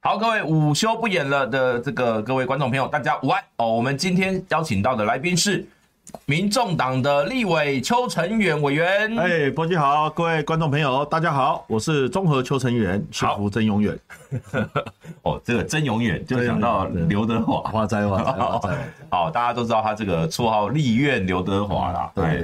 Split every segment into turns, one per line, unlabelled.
好，各位午休不演了的这个各位观众朋友，大家午安哦。我们今天邀请到的来宾是民众党的立委邱成远委员。
哎，波基好，各位观众朋友，大家好，我是综合邱成员，是
好
福真永远，
哦，这个真永远就想到刘德华。
哇哉哇哉哇哉，
好，大家都知道他这个绰号立院刘德华啦。
对
哎，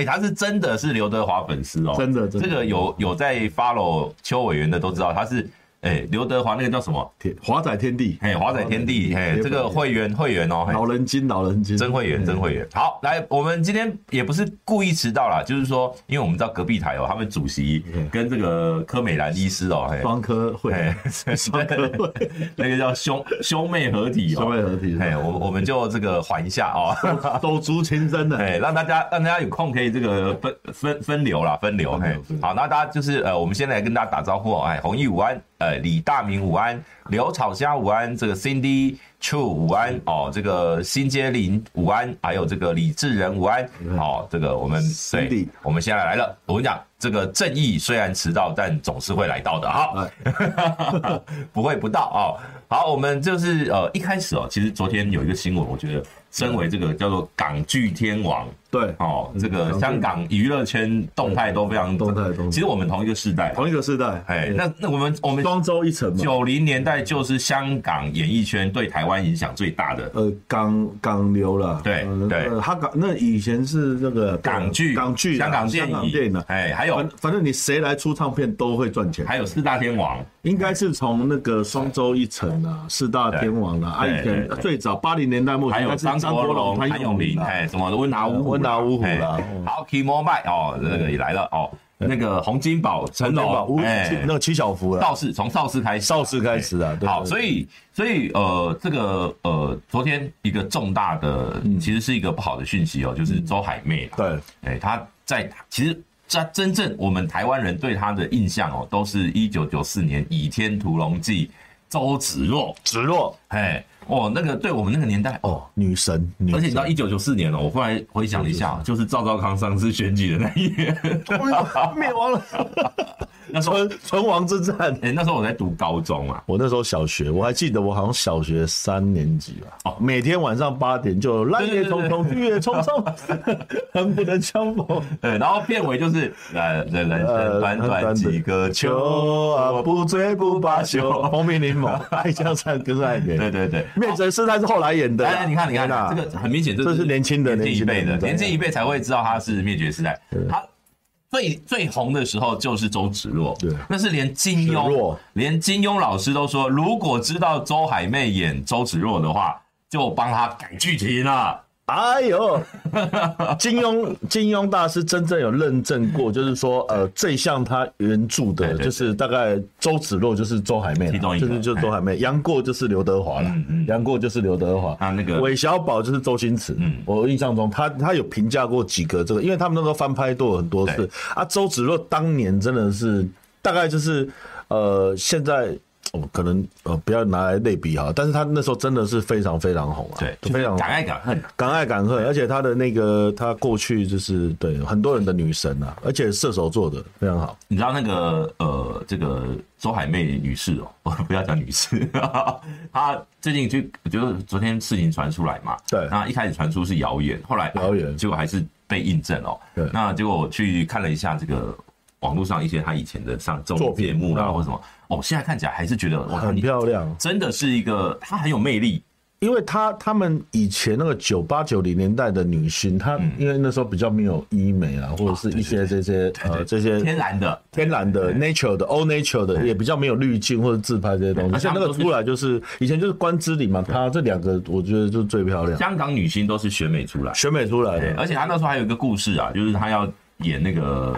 哎，他是真的是刘德华粉丝哦，
真的真的
这个有有在 follow 邱委员的都知道，他是哎刘德华那个叫什么？
天华仔天地，哎
哎，华仔天地，哎，这个会员会员哦，嘿
老人精老人精，
真会员，真会员。好，来，我们今天也不是故意迟到啦，就是说，因为我们知道隔壁台哦，他们主席跟这个柯美兰医师哦，嘿，
嗯双科会，
嘿，
双科会，
那个叫兄兄妹合体哦，
双会合体，
哎，我我们就这个缓一下哦，
手足情深啊的，
哎，让大家让大家有空可以这个分分分流啦，分流，
分
嘿
流分，流
好，那大家就是呃，我们先来跟大家打招呼哦，哎，弘毅午安，呃，李大明午安，刘炒虾午安，这个 Cindy Chu 午安，哦，这个新街林午安，还有这个李智仁午安，好，这个我们对
Cindy，
我们现在来了，我跟你讲，这个正义虽然迟到，但总是会来到的，好， 不会不到哦。好，我们就是呃一开始哦，其实昨天有一个新闻，我觉得身为这个叫做港剧天王
对，
哦，这
嗯港
个
剧
香港娱乐圈动态都非常
动态动态
其实我们同一个世代，
同一个世代，
哎，那那我们我们
双周一层嘛，
九零年代就是香港演艺圈对台湾影响最大的
呃，港港流了，
对
呃
对
呃他港那以前是那个
港剧、
港剧啦，
香港电
香港
影、
电影啊
哎，还有
反反正你谁来出唱片都会赚钱，
还有四大天王，
应该是从那个双周一城啊，四大天王啊，啊
对
以
对
前
对
最早八零年代末期，
还
应
有
该是
张国荣、
潘
潘
永
永
林
林，
啊，
哎，什么温拿五虎啦，
温拿五虎
哎
啦嗯
好，Kimo 麦哦，那个也来了哦，那个洪金宝、成龙，哎
那，个七小福了，啊
邵氏从邵氏开始，哎
邵氏开始啊，对
好，
对
所以所以呃，这个呃，昨天一个重大的，其实是一个不好的讯息哦，就是周海媚啦，
嗯对
哎，她在其实。她真正我们台湾人对她的印象哦，都是一九九四年《倚天屠龙记》周芷若，
直落
哎，哦，那个对我们那个年代
哦，女神，女
而
神
且你知道，一九九四年哦，我后来回想了一下，就是赵少康上次选举的那一年，
哎呦 灭亡了，
那时候，
存存亡之战。
哎、那时候我在读高中啊，
我那时候小学，我还记得我好像小学三年级吧。
哦
哦，每天晚上八点就烂夜匆匆，去夜 匆匆，恨不能相逢。
对，然后片尾就是呃，人人生短短几个秋，
秋啊，不醉不罢 休。蜂蜜柠檬，爱江山更爱
对
美。
对对。
面神师太是后来演的啦。
哎，你看，你看，
啦
这个很明显，
啊这是年轻的
年纪一辈的，
年轻的
年纪一辈才会知道他是灭绝时代。他最最红的时候就是周芷若，
对
那是连金
芷
庸
若，
连金庸老师都说，如果知道周海媚演周芷若的话，就帮他改剧情了。
哎呦，金庸金庸大师真正有认证过，就是说，呃，最像他原著
对对
的，
哎对
就是大概周芷若就是周海媚啦
其中，一个哎嗯
就是就是周海媚，杨过就是刘德华了，杨过就是刘德华，
啊那个嗯
韦小宝就是周星驰，我印象中他他有评价过几个这个，因为他们那时候翻拍过很多
对
次啊，周芷若当年真的是大概就是，呃，现在。哦，可能呃不要拿来类比哈，但是他那时候真的是非常非常红啊，
对，就
非
是
常红
敢爱敢恨。
敢爱敢恨，而且她的那个她过去就是对很多人的女神啊，而且射手座的非常好。
你知道那个呃，这个周海媚女士哦， 我不要讲女士，她最近就我觉得昨天事情传出来嘛，
对
那一开始传出是谣言，后来哎
谣言
结果还是被印证哦。
对
那结果我去看了一下这个网络上一些她以前的上综
作
艺
品
节目啦
嗯
或什么，哦，现在看起来还是觉得哇，
很
你
漂亮，
真的是一个她很有魅力，
因为她他们以前那个九八九零年代的女星，她因为那时候比较没有医美嗯啊，或者是一些这些呃这
天
些
然的，
天然的 natural 的 all natural 的，也比较没有滤镜或者自拍这些东
对
西。像那个出来就是以前就是关之琳嘛，她这两个我觉得就是最漂亮，
香港女星都是选美出来，
选美出来
对
的，
而且她那时候还有一个故事啊，就是她要演那个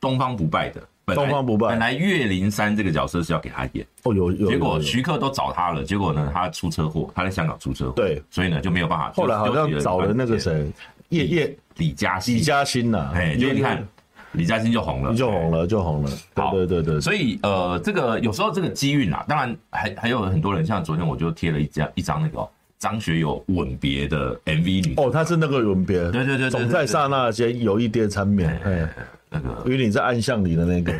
东方不败的。本来
东方不败
本来岳灵珊这个角色是要给她演，
哦有有有，
结果
有
徐克都找她了，结果呢，她出车祸，她在香港出车祸，
对，
所以呢就没有办法。
后来好
就
像找了那个谁叶叶
李嘉欣，
李嘉欣呐，
哎，就你看李嘉欣就红了，
就红了，就红了。
好
对对对对，
所以呃，这个有时候这个机运啊，当然还还有很多人，像昨天我就贴了一张一张那个哦张学友吻别的 MV 女，
哦哦，他是那个吻别，
对对对对对
总在刹那间有一跌缠绵。哎，
那个
与你在暗巷里的那个，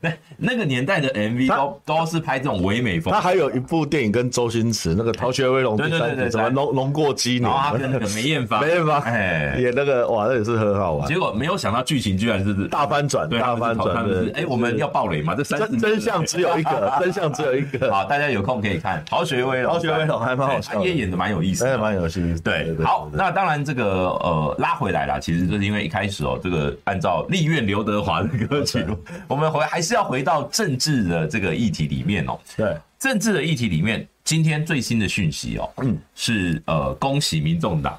那那个年代的 MV
他
都都是拍这种唯美风
他，还有一部电影跟周星驰那个《逃学威龙》
对
第
对
三
对对
集，什么
对
龙龙过鸡年
然后，他跟那个梅艳芳，
没有吗？
哎，
也那个哇，那也是很好玩，
结果没有想到剧情居然是
大翻转，
对
大翻
他
转，
们是
对，
哎，我们要爆雷嘛？这三
真
十
真相只有一 个，真相只有一个，
好，大家有空可以看《逃学威龙》，
逃学威龙还蛮好
对
笑
他
的
也演的蛮有意思
哎，
的。
蛮有趣的。
对，好，那当然这个呃拉回来啦，其实就是因为一开始哦，这个按照立院刘德华的歌曲，我们回还是要回到政治的这个议题里面哦。
对，
政治的议题里面，今天最新的讯息哦，嗯，是呃恭喜民众党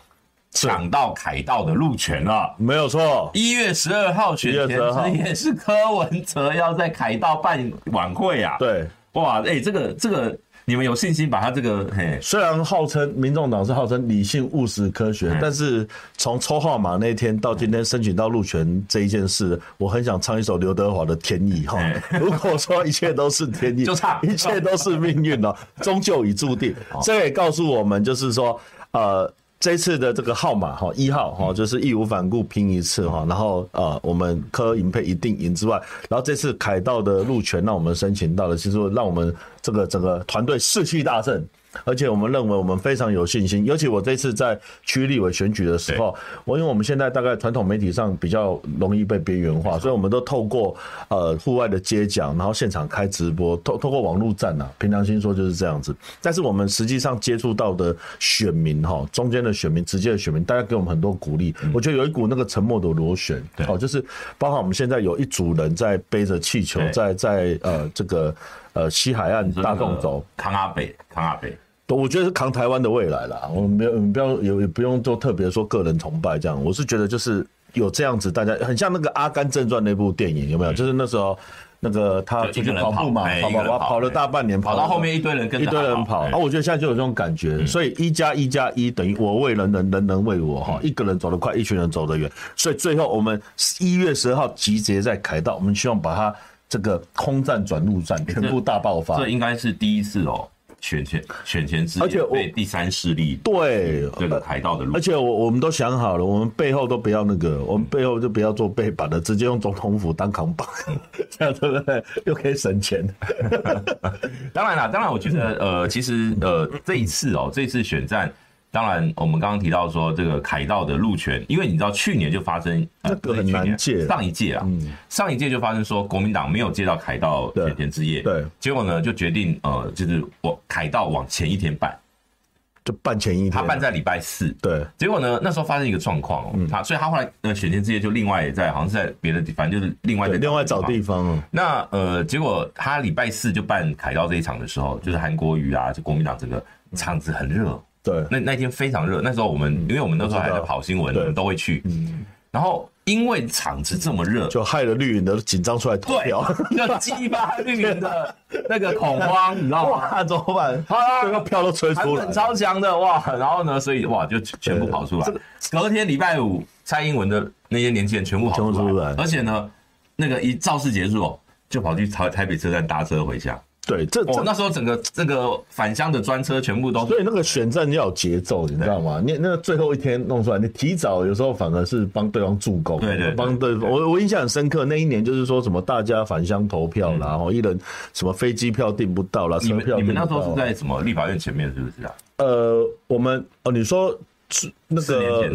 是
抢到凯道的路权了。
没有错，
一月十二号选
1
前
月12号
之也是柯文哲要在凯道办晚会啊。，
对。
哇，哎、这个这个，你们有信心把他这个嘿
虽然号称民众党是号称理性、务实、科
嗯
学，但是从抽号码那天到今天申请到入权这一件事，我很想唱一首刘德华的《天意》哈
哎。
如果说一切都是天 意，
就唱哦
一切都是命 运哦，终究已注定。这也告诉我们，就是说，呃。这次的这个号码哈，一号
嗯
哈，就是义无反顾拼一次哈，然后呃，我们科银配一定赢之外，然后这次凯道的入权让我们申请到了，其实让我们这个整个团队士气大振，而且我们认为我们非常有信心。尤其我这次在区立委选举的时候，我因为我们现在大概传统媒体上比较容易被边缘化，所以我们都透过呃户外的街讲，然后现场开直播，透透过网络站啊，凭良心说就是这样子。但是我们实际上接触到的选民哈，中间的选民、直接的选民，大家给我们很多鼓励。我觉得有一股那个沉默的螺旋，
嗯对
哦，就是包含我们现在有一组人在背着气球
对
在在呃这个呃西海岸大众走。
康阿北，康阿北，
都我觉得是扛台湾的未来啦。我们没有，我们不要有也不用做特别说个人崇拜这样。我是觉得就是有这样子，大家很像那个《阿甘正传》那部电影，有没有？就是那时候那个他
嗯就
出
一个
去
人
啊跑步嘛
跑哎，
跑
一个人
跑
跑
跑了
哎
大半年，
跑到后面一堆人跟
一
着
堆人
他
跑
哎嗯
啊！我觉得现在就有这种感觉，所以一加一加一等于我为人人，人人为我
嗯
哈，一个人走得快，一群人走得远，所以最后我们一月十号集结在凯道，我们希望把它这个空战转陆战全部大爆发
哎这。应该是第一次哦，选前选前之
而且
夜
我
被第三势力
对，
这个凯道的路
而，且我我们都想好了，我们背后都不要那
嗯
个，我们背后就不要做背板的，直接用总统府当扛棒，这样 对不对？又可以省钱。
当然啦，当然，我觉得
嗯
呃，其实呃，这一次哦，这一次选战，当然我们刚刚提到说这个凯道的路权，因为你知道去年就发生、呃
那个
不是去年
很难借嗯
上一届啊，上一届就发生说国民党没有借到凯道
对
选前之夜，
对，
结果呢就决定呃，就是往凯道往前一天办，
就办前一天，
他办在礼拜四。
对
结果呢？那时候发生一个状况
嗯
哦，他所以他后来呃选前之夜就另外也在，好像是在别的地方，反正就是另外
对，
在
另外找地方哦，
那呃，结果他礼拜四就办凯道这一场的时候，就是韩国瑜啊，就国民党整个场子很热，
对
那那天非常热。那时候我们，因为我们那时候还在跑新闻，
嗯对
我
嗯
们都会去。然后因为场子这么热，
就害了绿营的紧张出来投
对
票。，
就激发绿营 的那个恐慌，你知道吗？
哇，怎么办？
好啦
这个票都吹
韩
出来
粉，超强的哇，然后呢，所以哇就全部跑出来。隔天礼拜五，蔡英文的那些年轻人全部跑出来，
全部出来
而且呢，那个一造势结束哦，就跑去台台北车站搭车回家。
对，这
哦
这，。
那时候整个这个返乡的专车全部都
所以那个选战要有节奏，你知道吗？你那最后一天弄出来，你提早有时候反而是帮对方助攻，
对对对
帮对方。我我印象很深刻，那一年就是说什么大家返乡投票啦，然哦后一人什么飞机票订不到啦，
嗯你
车
们
票
你
订
们
不到
那
啊。
时候是在什么立法院前面是不是啊？
呃，我们哦，你说是那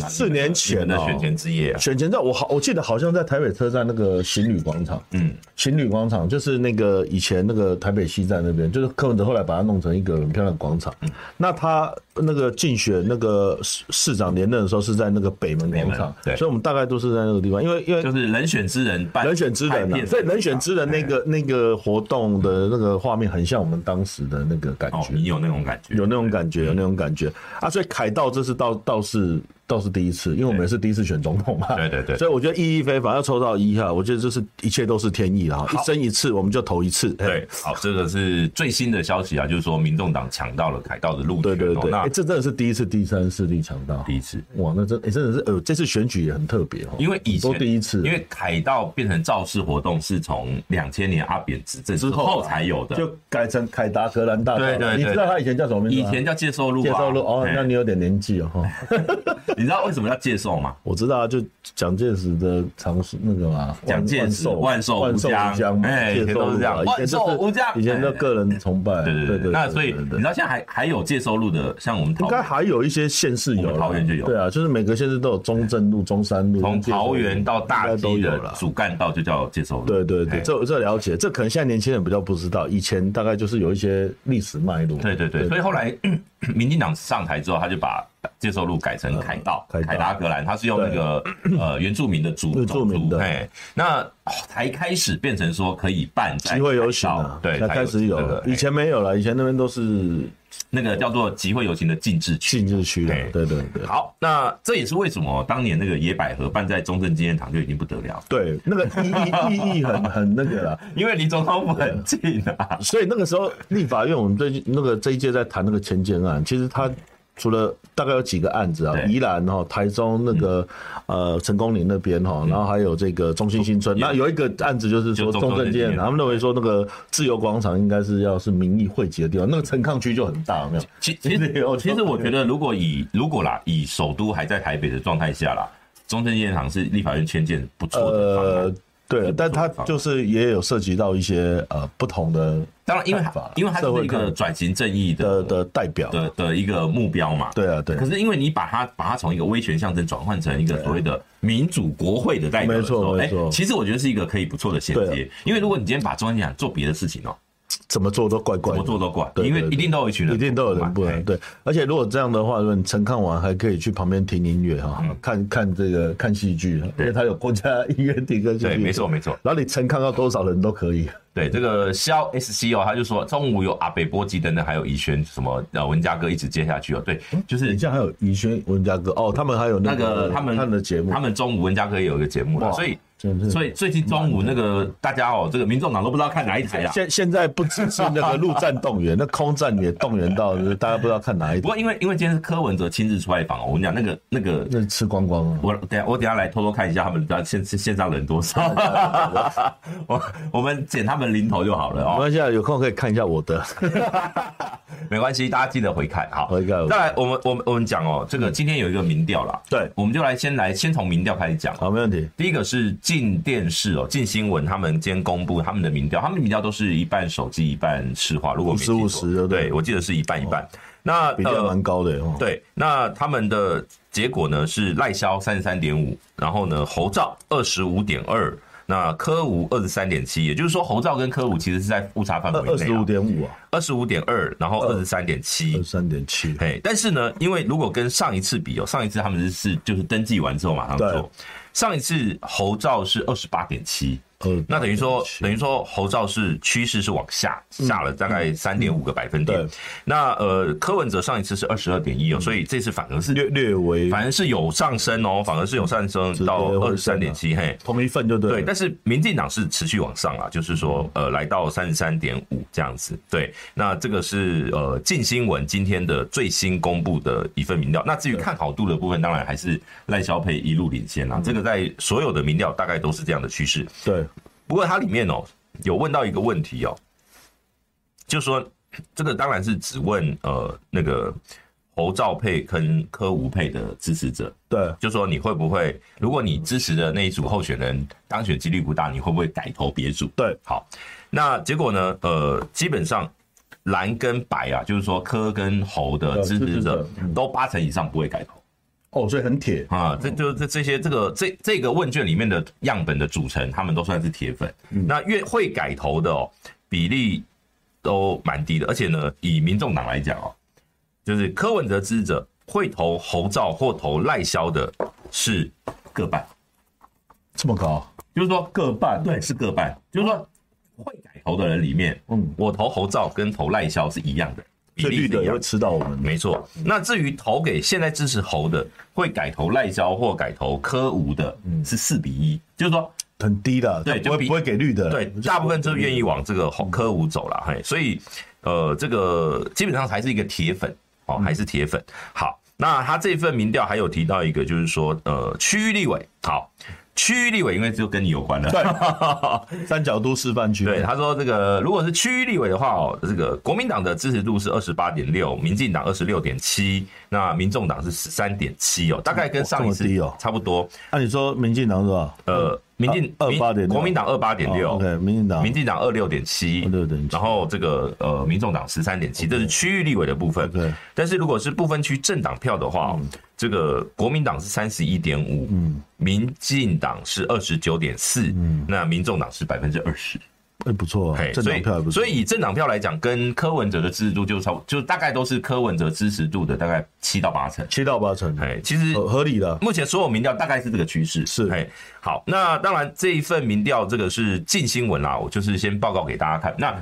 四年前
个
啊，你们
四年前哦
的选前之夜啊，
选前在我好，我记得好像在台北车站那个行旅广场，嗯，行旅广场就是那个以前那个台北西站那边，就是柯文哲后来把它弄成一个很漂亮的广场。
嗯
那他那个竞选那个市市长连任的时候是在那个北门广
北门
场，
对
所以我们大概都是在那个地方，因为因为
就是人选之人办
人选之人、
派
啊，
片
所以人选之人那个那个活动的那个画面很像我们当时的那个感
哦，
觉。
你有那种感觉，
有那种感觉，有那种感觉啊！所以凯道这次倒倒是倒是第一次，因为我们也是第一次选总统嘛，
对对对
所以我觉得意义非凡，要抽到一啊哈，我觉得这是一切都是天意了哈，一生一次我们就投一次，嘿
对，好，这个是最新的消息啊，就是说民众党抢到了凯道的路权、哦，
对对对，哎、
那
这真的是第一次第三势力强盗，
第一次，
哇，那真、哎真的是，呃，这次选举也很特别哦，
因为以前
都第一次，
因为凯道变成造势活动是从两千年阿扁执政之后才有的，
啊就改成凯达格兰大道，
对对对
你知道他以前叫什么名字
以
吗？
前叫介寿路、啊，
介绍路哦，
哎
那你有点年纪哦，哈
你知道为什么要借寿吗？
我知道啊，就蒋介石的常识那个嘛，
蒋介石
万寿
万寿
寿
无疆
疆嘛，
哎
借
以前
寿
都是这样
嘛以前就是
万寿无疆
以前的
哎
个人崇拜，
对对对
对对。
那所以
对对
你
对
知道现在还还有借收入的，像我们桃
应该还有一些县市
我
有
们
啦，
桃园就有
对啊，就是每个县市都有中正路、中山路，
从桃园到大
应该都
溪
有
的
了。
主干道就叫借收入。
对对
哎
对，这这了解，这可能现在年轻人比较不知道，以前大概就是有一些历史脉络。
对对对，所以后来 民进党上台之后，他就把接收路改成凯道、
呃凯道
凯达格兰，他是用那个 呃原住民的族
原住民
种族
的
哎，那哦才开始变成说可以办在
集会游
凯
行啊
道，对，
才
才
开始有
这
了
个，
以
哎
前没有了，以前那边都是
那个叫做集会游行的禁制区。
禁制区了
哎。
对对对，
好，那这也是为什么当年那个野百合办在中正纪念堂就已经不得了，
对，那个意义意义很很那个了。
因为离总统府很近啊。
所以那个时候立法院，我们最近那个这一届在谈那个前建案，其实它除了大概有几个案子啊，
对嗯
宜兰哈、哦、台中那个、呃成功岭那边哈、哦，然后还有这个中心新村，那有一个案子就是
就
说
中
中
正
正
纪
纪
念
念堂，他们认为说那个自由广场应该是要是民意汇集的地方，那个陈抗区就很大， 有没有？
其其实其实我觉得，如果以如果啦，以首都还在台北的状态下啦，中正纪念堂是立法院签建不错嗯的方案
呃。，对，但它就是也有涉及到一些呃不同的
当然，因为
看
它
法
因为它
社
是
会
一个
看法
转型正义
的
的的
的代表，
的的一个目标嘛。
对啊，对啊啊
可，是因为你把它把它从一个威权象征转换成一个所谓的民主国会的代表的时候，
没错
哎
没错
其实我觉得是一个可以不错的衔
对啊
接。因为如果你今天把中央讲做别的事情哦，
怎么做都怪
怎
怪
么
的。
做都怪，
对对
因为
对
一定都有一群人
一定都有人不
哎
能对，而且如果这样的话，如果你陈看完还可以去旁边听音乐哈，
嗯
看看这个看戏剧，因为它有国家音乐厅跟戏剧
对，没错。没错。
然后你陈看到多少人都可以，
对，这个肖 S C 哦，他就说中午有阿北波记等等，还有怡轩什么呃文佳哥一直接下去哦。对，就
等
是
一下还有宜轩、文佳哥哦，他们还有
那
个
个他们
看的节目
他，们中午文佳哥也有一个节目了，
哇
所以
真是
所以最近中午那个大家哦，这个民众党都不知道看哪一台啦。啊
现现在不只是那个陆战动员，那空战也动员到，就是大家不知道看哪一
不
部，
过因为因为今天是柯文哲亲自出来访哦，我跟你讲那个那个。
那吃光光了。
我等一下，我等一下来偷偷看一下他们的线线上人多少， 我我们剪他们零头就好了
没
哦，
关系啊，有空可以看一下我 的。
没关系，大家记得回看好。
嗯回看嗯
再来，我们我们我们讲哦，这个今天有一个民调啦，
对，
我们就来先来先从民调开始讲。
好，没问题。
第一个是进电视哦，进新闻，他们今天公布他们的民调，他们的民调都是一半手机一半市话，如果没记错
50-50对不对哦
对，我记得是一半一半。那呃
比较蛮高的哦。
对，那他们的结果呢是赖萧三十三点五，然后呢侯照二十五点二，那柯吴二十三点七，也就是说侯照跟柯吴其实是在误差范围内、
二二十五，点五啊，
二十五点二，然后二十三点
二
七
十。三点七。
哎，但是呢，因为如果跟上一次比哦，上一次他们是就是登记完之后马上
对
做，上一次侯照是二十八点七，
呃，
那等于说等于说侯照是趋势是往下下了大概三点五个百分点，
嗯对嗯
那呃柯文哲上一次是二十二点一哦，所以这次反而是
略略微
反而是有上升哦，反而是有上升到
直接
二
回
十三
升啊
点
了
七，嘿，
同一份就对了。
对，但是民进党是持续往上啦，就是说呃来到三十三点五这样子，对，那这个是呃近新闻今天的最新公布的一份民调，那至于看好度的部分，当然还是赖萧配一路领先啦，啊这个在所有的民调大概都是这样的趋势，
对
不过它里面哦有问到一个问题哦，就说这个当然是只问呃那个侯兆配跟柯吴配的支持者，
对
就说你会不会，如果你支持的那一组候选人当选几率不大，你会不会改投别组？
对，
好，那结果呢？呃，基本上蓝跟白啊，就是说柯跟侯的
对
支
支
持者
持者嗯
都八成以上不会改投
哦，所以很铁。
啊。这就这这些这个这这个问卷里面的样本的组成，他们都算是铁粉。
嗯
那越会改投的哦，比例都蛮低的，而且呢，以民众党来讲哦，就是柯文哲支持者会投侯兆或投赖萧的是各半。
这么高，
就是说各
半
对是各半，就是说会改投的人里面，
嗯，
我投侯照跟投赖萧是一样的，比
所以
例
绿
是
的
一
也
样
会
的。
吃到我们。
没错，那至于投给现在支持侯的，会改投赖萧或改投柯吴的，
嗯
是四比一，就是说
很低的，
对
不
就比
会不会给绿的，
对
就，是
大部分就是愿意往这个红科五走了，嘿，所以呃，这个基本上还是一个铁粉
嗯
哦，还是铁粉。好，那他这份民调还有提到一个，就是说呃，区域立委，好，区域立委，因为就跟你有关了。 对，
三角都示范区。
对，他说这个如果是区域立委的话哦，这个国民党的支持度是二十八点六，民进党二十六点七，那民众党是十三点七哦，大概跟上一次差不多。
那、哦哦啊、你说民进党是吧？
呃，民进
啊二八点，哦
国民党二八点六，
对，民进党，哦
民进党二六点七，
啊六点，
然后这个呃，民众党十三点七，这是区域立委的部分。
对，
但是如果是不分区政党票的话。嗯这个国民党是三十一点五，嗯，民进党是二十九点四，嗯，那民众党是百分之二十，
哎，不错、啊，政党票还不错。
所以以政党票来讲，跟柯文哲的支持度就超，就大概都是柯文哲支持度的大概七到八成，
七到八成，哦
哎，其实
合理的。
目前所有民调大概是这个趋势，
是，
哎，好，那当然这一份民调这个是近新闻啦，我就是先报告给大家看。那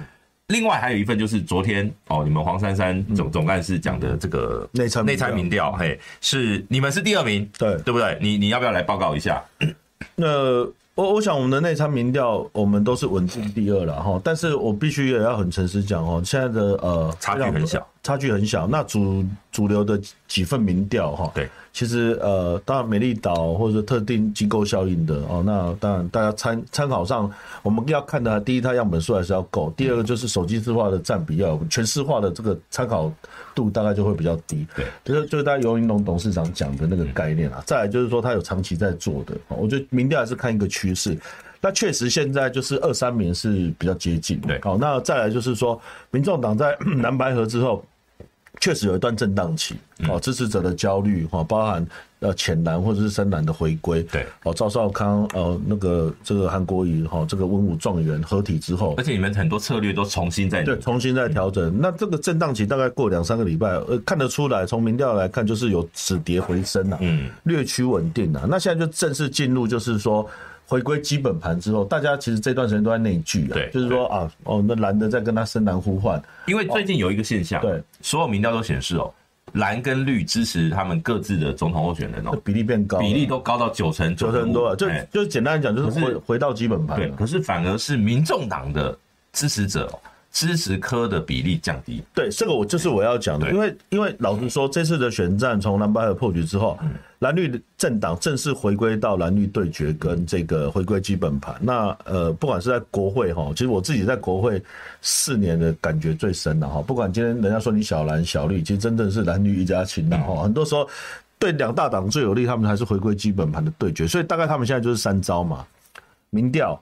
另外还有一份就是昨天哦，你们黄珊珊总总干事讲的这个
嗯内参
内参民调，嘿，是你们是第二名，
对
对不对？你你要不要来报告一下？
那我我想我们的内参民调，我们都是稳进第二了哈，但是我必须也要很诚实讲哦，现在的呃
差距很小，
差距很小。那主主流的几份民调哈，
对，
其实呃，当然美丽岛或者特定机构效应的哦，那当然大家参参考上，我们要看的第一，它样本数还是要够；第二个就是手机市化的占比要有，全市化的这个参考度大概就会比较低。
对，
就是就是大家尤云龙董事长讲的那个概念啊。再来就是说，他有长期在做的，哦我觉得民调还是看一个区。趋势，那确实现在就是二三名是比较接近，
对，
好、哦，那再来就是说，民众党在 蓝白河之后，确实有一段震荡期，
嗯
哦，支持者的焦虑，哈、哦，包含呃浅蓝或者是深蓝的回归，
对，
哦，赵少康，呃，那个这个韩国瑜，哈、哦，这个文武状元合体之后，
而且你们很多策略都重新在
对，重新在调整、嗯，那这个震荡期大概过两三个礼拜，呃，看得出来，从民调来看，就是有止跌回升啊，嗯，略趋稳定啊，那现在就正式进入，就是说。回归基本盘之后，大家其实这段时间都在内聚啊，
对，
就是说啊，哦，那蓝的在跟他深蓝呼唤，
因为最近有一个现象，哦、
对，
所有民调都显示哦，蓝跟绿支持他们各自的总统候选人哦，
比例变高，
比例哎都高到九成
九成多了，啊就嗯就简单讲，就是回回到基本盘，
对，可是反而是民众党的支持者、哦。支持科的比例降低，
对这个我就是我要讲的，因为因为老实说，这次的选战从蓝白河破局之后，嗯、蓝绿政党正式回归到蓝绿对决跟这个回归基本盘。那呃，不管是在国会哈，其实我自己在国会四年的感觉最深了哈。不管今天人家说你小蓝小绿，其实真正是蓝绿一家亲的哈。很多时候对两大党最有利，他们还是回归基本盘的对决。所以大概他们现在就是三招嘛：民调，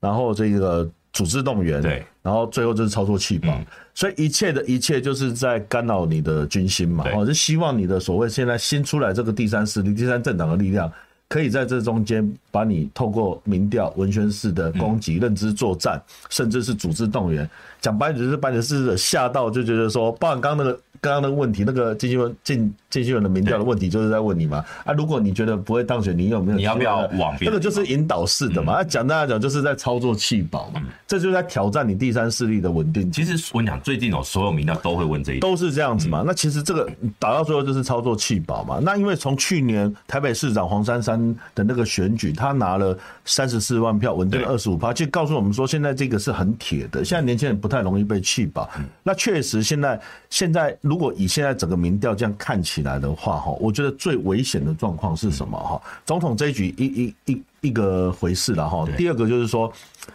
然后这个。组织动员，
对，
然后最后就是操作气泡、嗯，所以一切的一切就是在干扰你的军心嘛，哦，就希望你的所谓现在新出来这个第三势力、第三政党的力量，可以在这中间把你透过民调、文宣式的攻击、嗯、认知作战，甚至是组织动员，讲白只是把你的支持吓到，就觉得说，包含刚刚那个刚刚那个问题，那个金星文进进新闻的民调的问题，就是在问你嘛，啊，如果你觉得不会当选，你有没有
你要不要往
那个就是引导式的嘛，啊讲大家讲就是在操作气保嘛。这就是在挑战你第三势力的稳定。
其实我跟你讲，最近哦，所有民调都会问这一，
都是这样子嘛。嗯、那其实这个打到最后就是操作弃保嘛。那因为从去年台北市长黄珊珊的那个选举，他拿了三十四万票，稳定了二十五趴，就告诉我们说，现在这个是很铁的。现在年轻人不太容易被弃保、嗯。那确实，现在现在如果以现在整个民调这样看起来的话，哈，我觉得最危险的状况是什么？哈、嗯，总统这一局一一一。一个回事了哈，第二个就是说，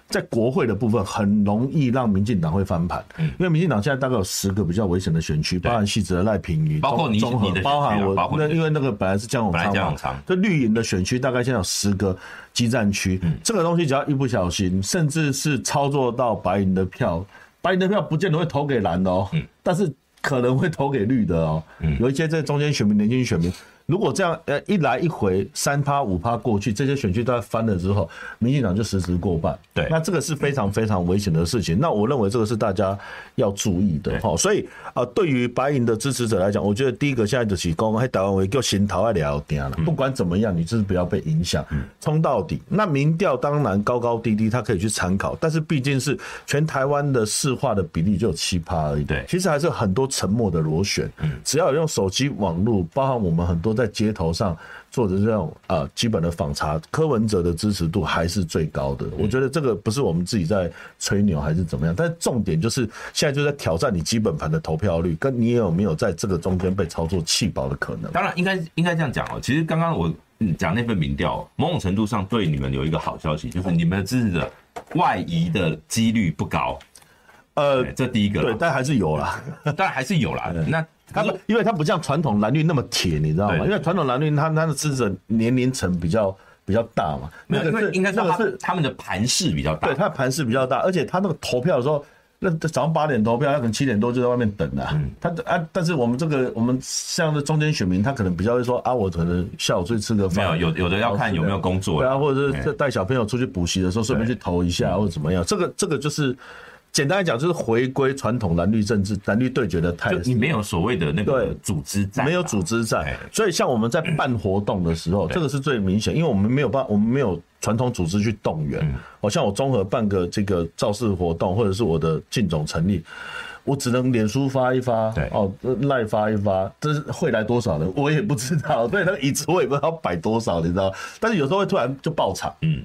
在国会的部分很容易让民进党会翻盘、嗯，因为民进党现在大概有十个比较危险的选区，包含细子的赖品妤，
包括你
综合，啊包含我那因为那个本来是江永
昌嘛，
这绿营的选区大概现在有十个基站区、嗯，这个东西只要一不小心，甚至是操作到白银的票，白银的票不见得会投给蓝的哦、嗯，但是可能会投给绿的哦，有一些在中间选民、年轻选民。如果这样，呃，一来一回三趴五趴过去，这些选区都翻了之后，民进党就实时过半。
对，
那这个是非常非常危险的事情。那我认为这个是大家要注意的哈。所以啊、呃，对于白银的支持者来讲，我觉得第一个现在就是讲，还台湾为叫心头爱聊天
嗯
了。不管怎么样，你就是不要被影响，冲到底。那民调当然高高低低，它可以去参考，但是毕竟是全台湾的市化的比例就有七趴而已。
对，
其实还是很多沉默的螺旋。嗯，只要用手机网络，包含我们很多。在街头上做的这种啊、呃、基本的访查，柯文哲的支持度还是最高的。我觉得这个不是我们自己在吹牛还是怎么样，但重点就是现在就在挑战你基本盘的投票率，跟你有没有在这个中间被操作弃保的可能。
当然，应该应该这样讲哦。其实刚刚我嗯讲那份民调，某种程度上对你们有一个好消息，
嗯
就是你们的支持者外移的几率不高。哎
呃
对，，这第一个
对，
啦，
但还是有啦。
当然还是有啦。那
他不，因为他不像传统蓝绿那么铁，你知道吗？
对
因为传统蓝绿他他的支持者年龄层比较比较大嘛，
那
个
因为
是
应该
那
说他
个是
他们的盘势比较大嗯
对，他的盘势比较大，而且他那个投票的时候，那早上八点投票，他可能七点多就在外面等了、
嗯
他啊，但是我们这个我们像的中间选民，他可能比较会说啊，我可能下午出去吃个
没
饭，
有有有的要看有没有工作
对。啊，或者是带小朋友出去补习的时候，顺便去投一下或者怎么样。这个这个就是简单来讲，就是回归传统蓝绿政治、蓝绿对决的态
就
势。
你没有所谓的那个
对
组织战啊，
没有组织
哎
战，所以像我们在办活动的时候，这个是最明显，因为我们没有办，我们没有传统组织去动员。
嗯
好、像我综合办个这个造势活动，或者是我的进总成立，我只能脸书发一发，
对
哦，赖发一发，这是会来多少人，我也不知道。 对，那个椅子我也不知道摆多少，你知道？但是有时候会突然就爆场，
嗯。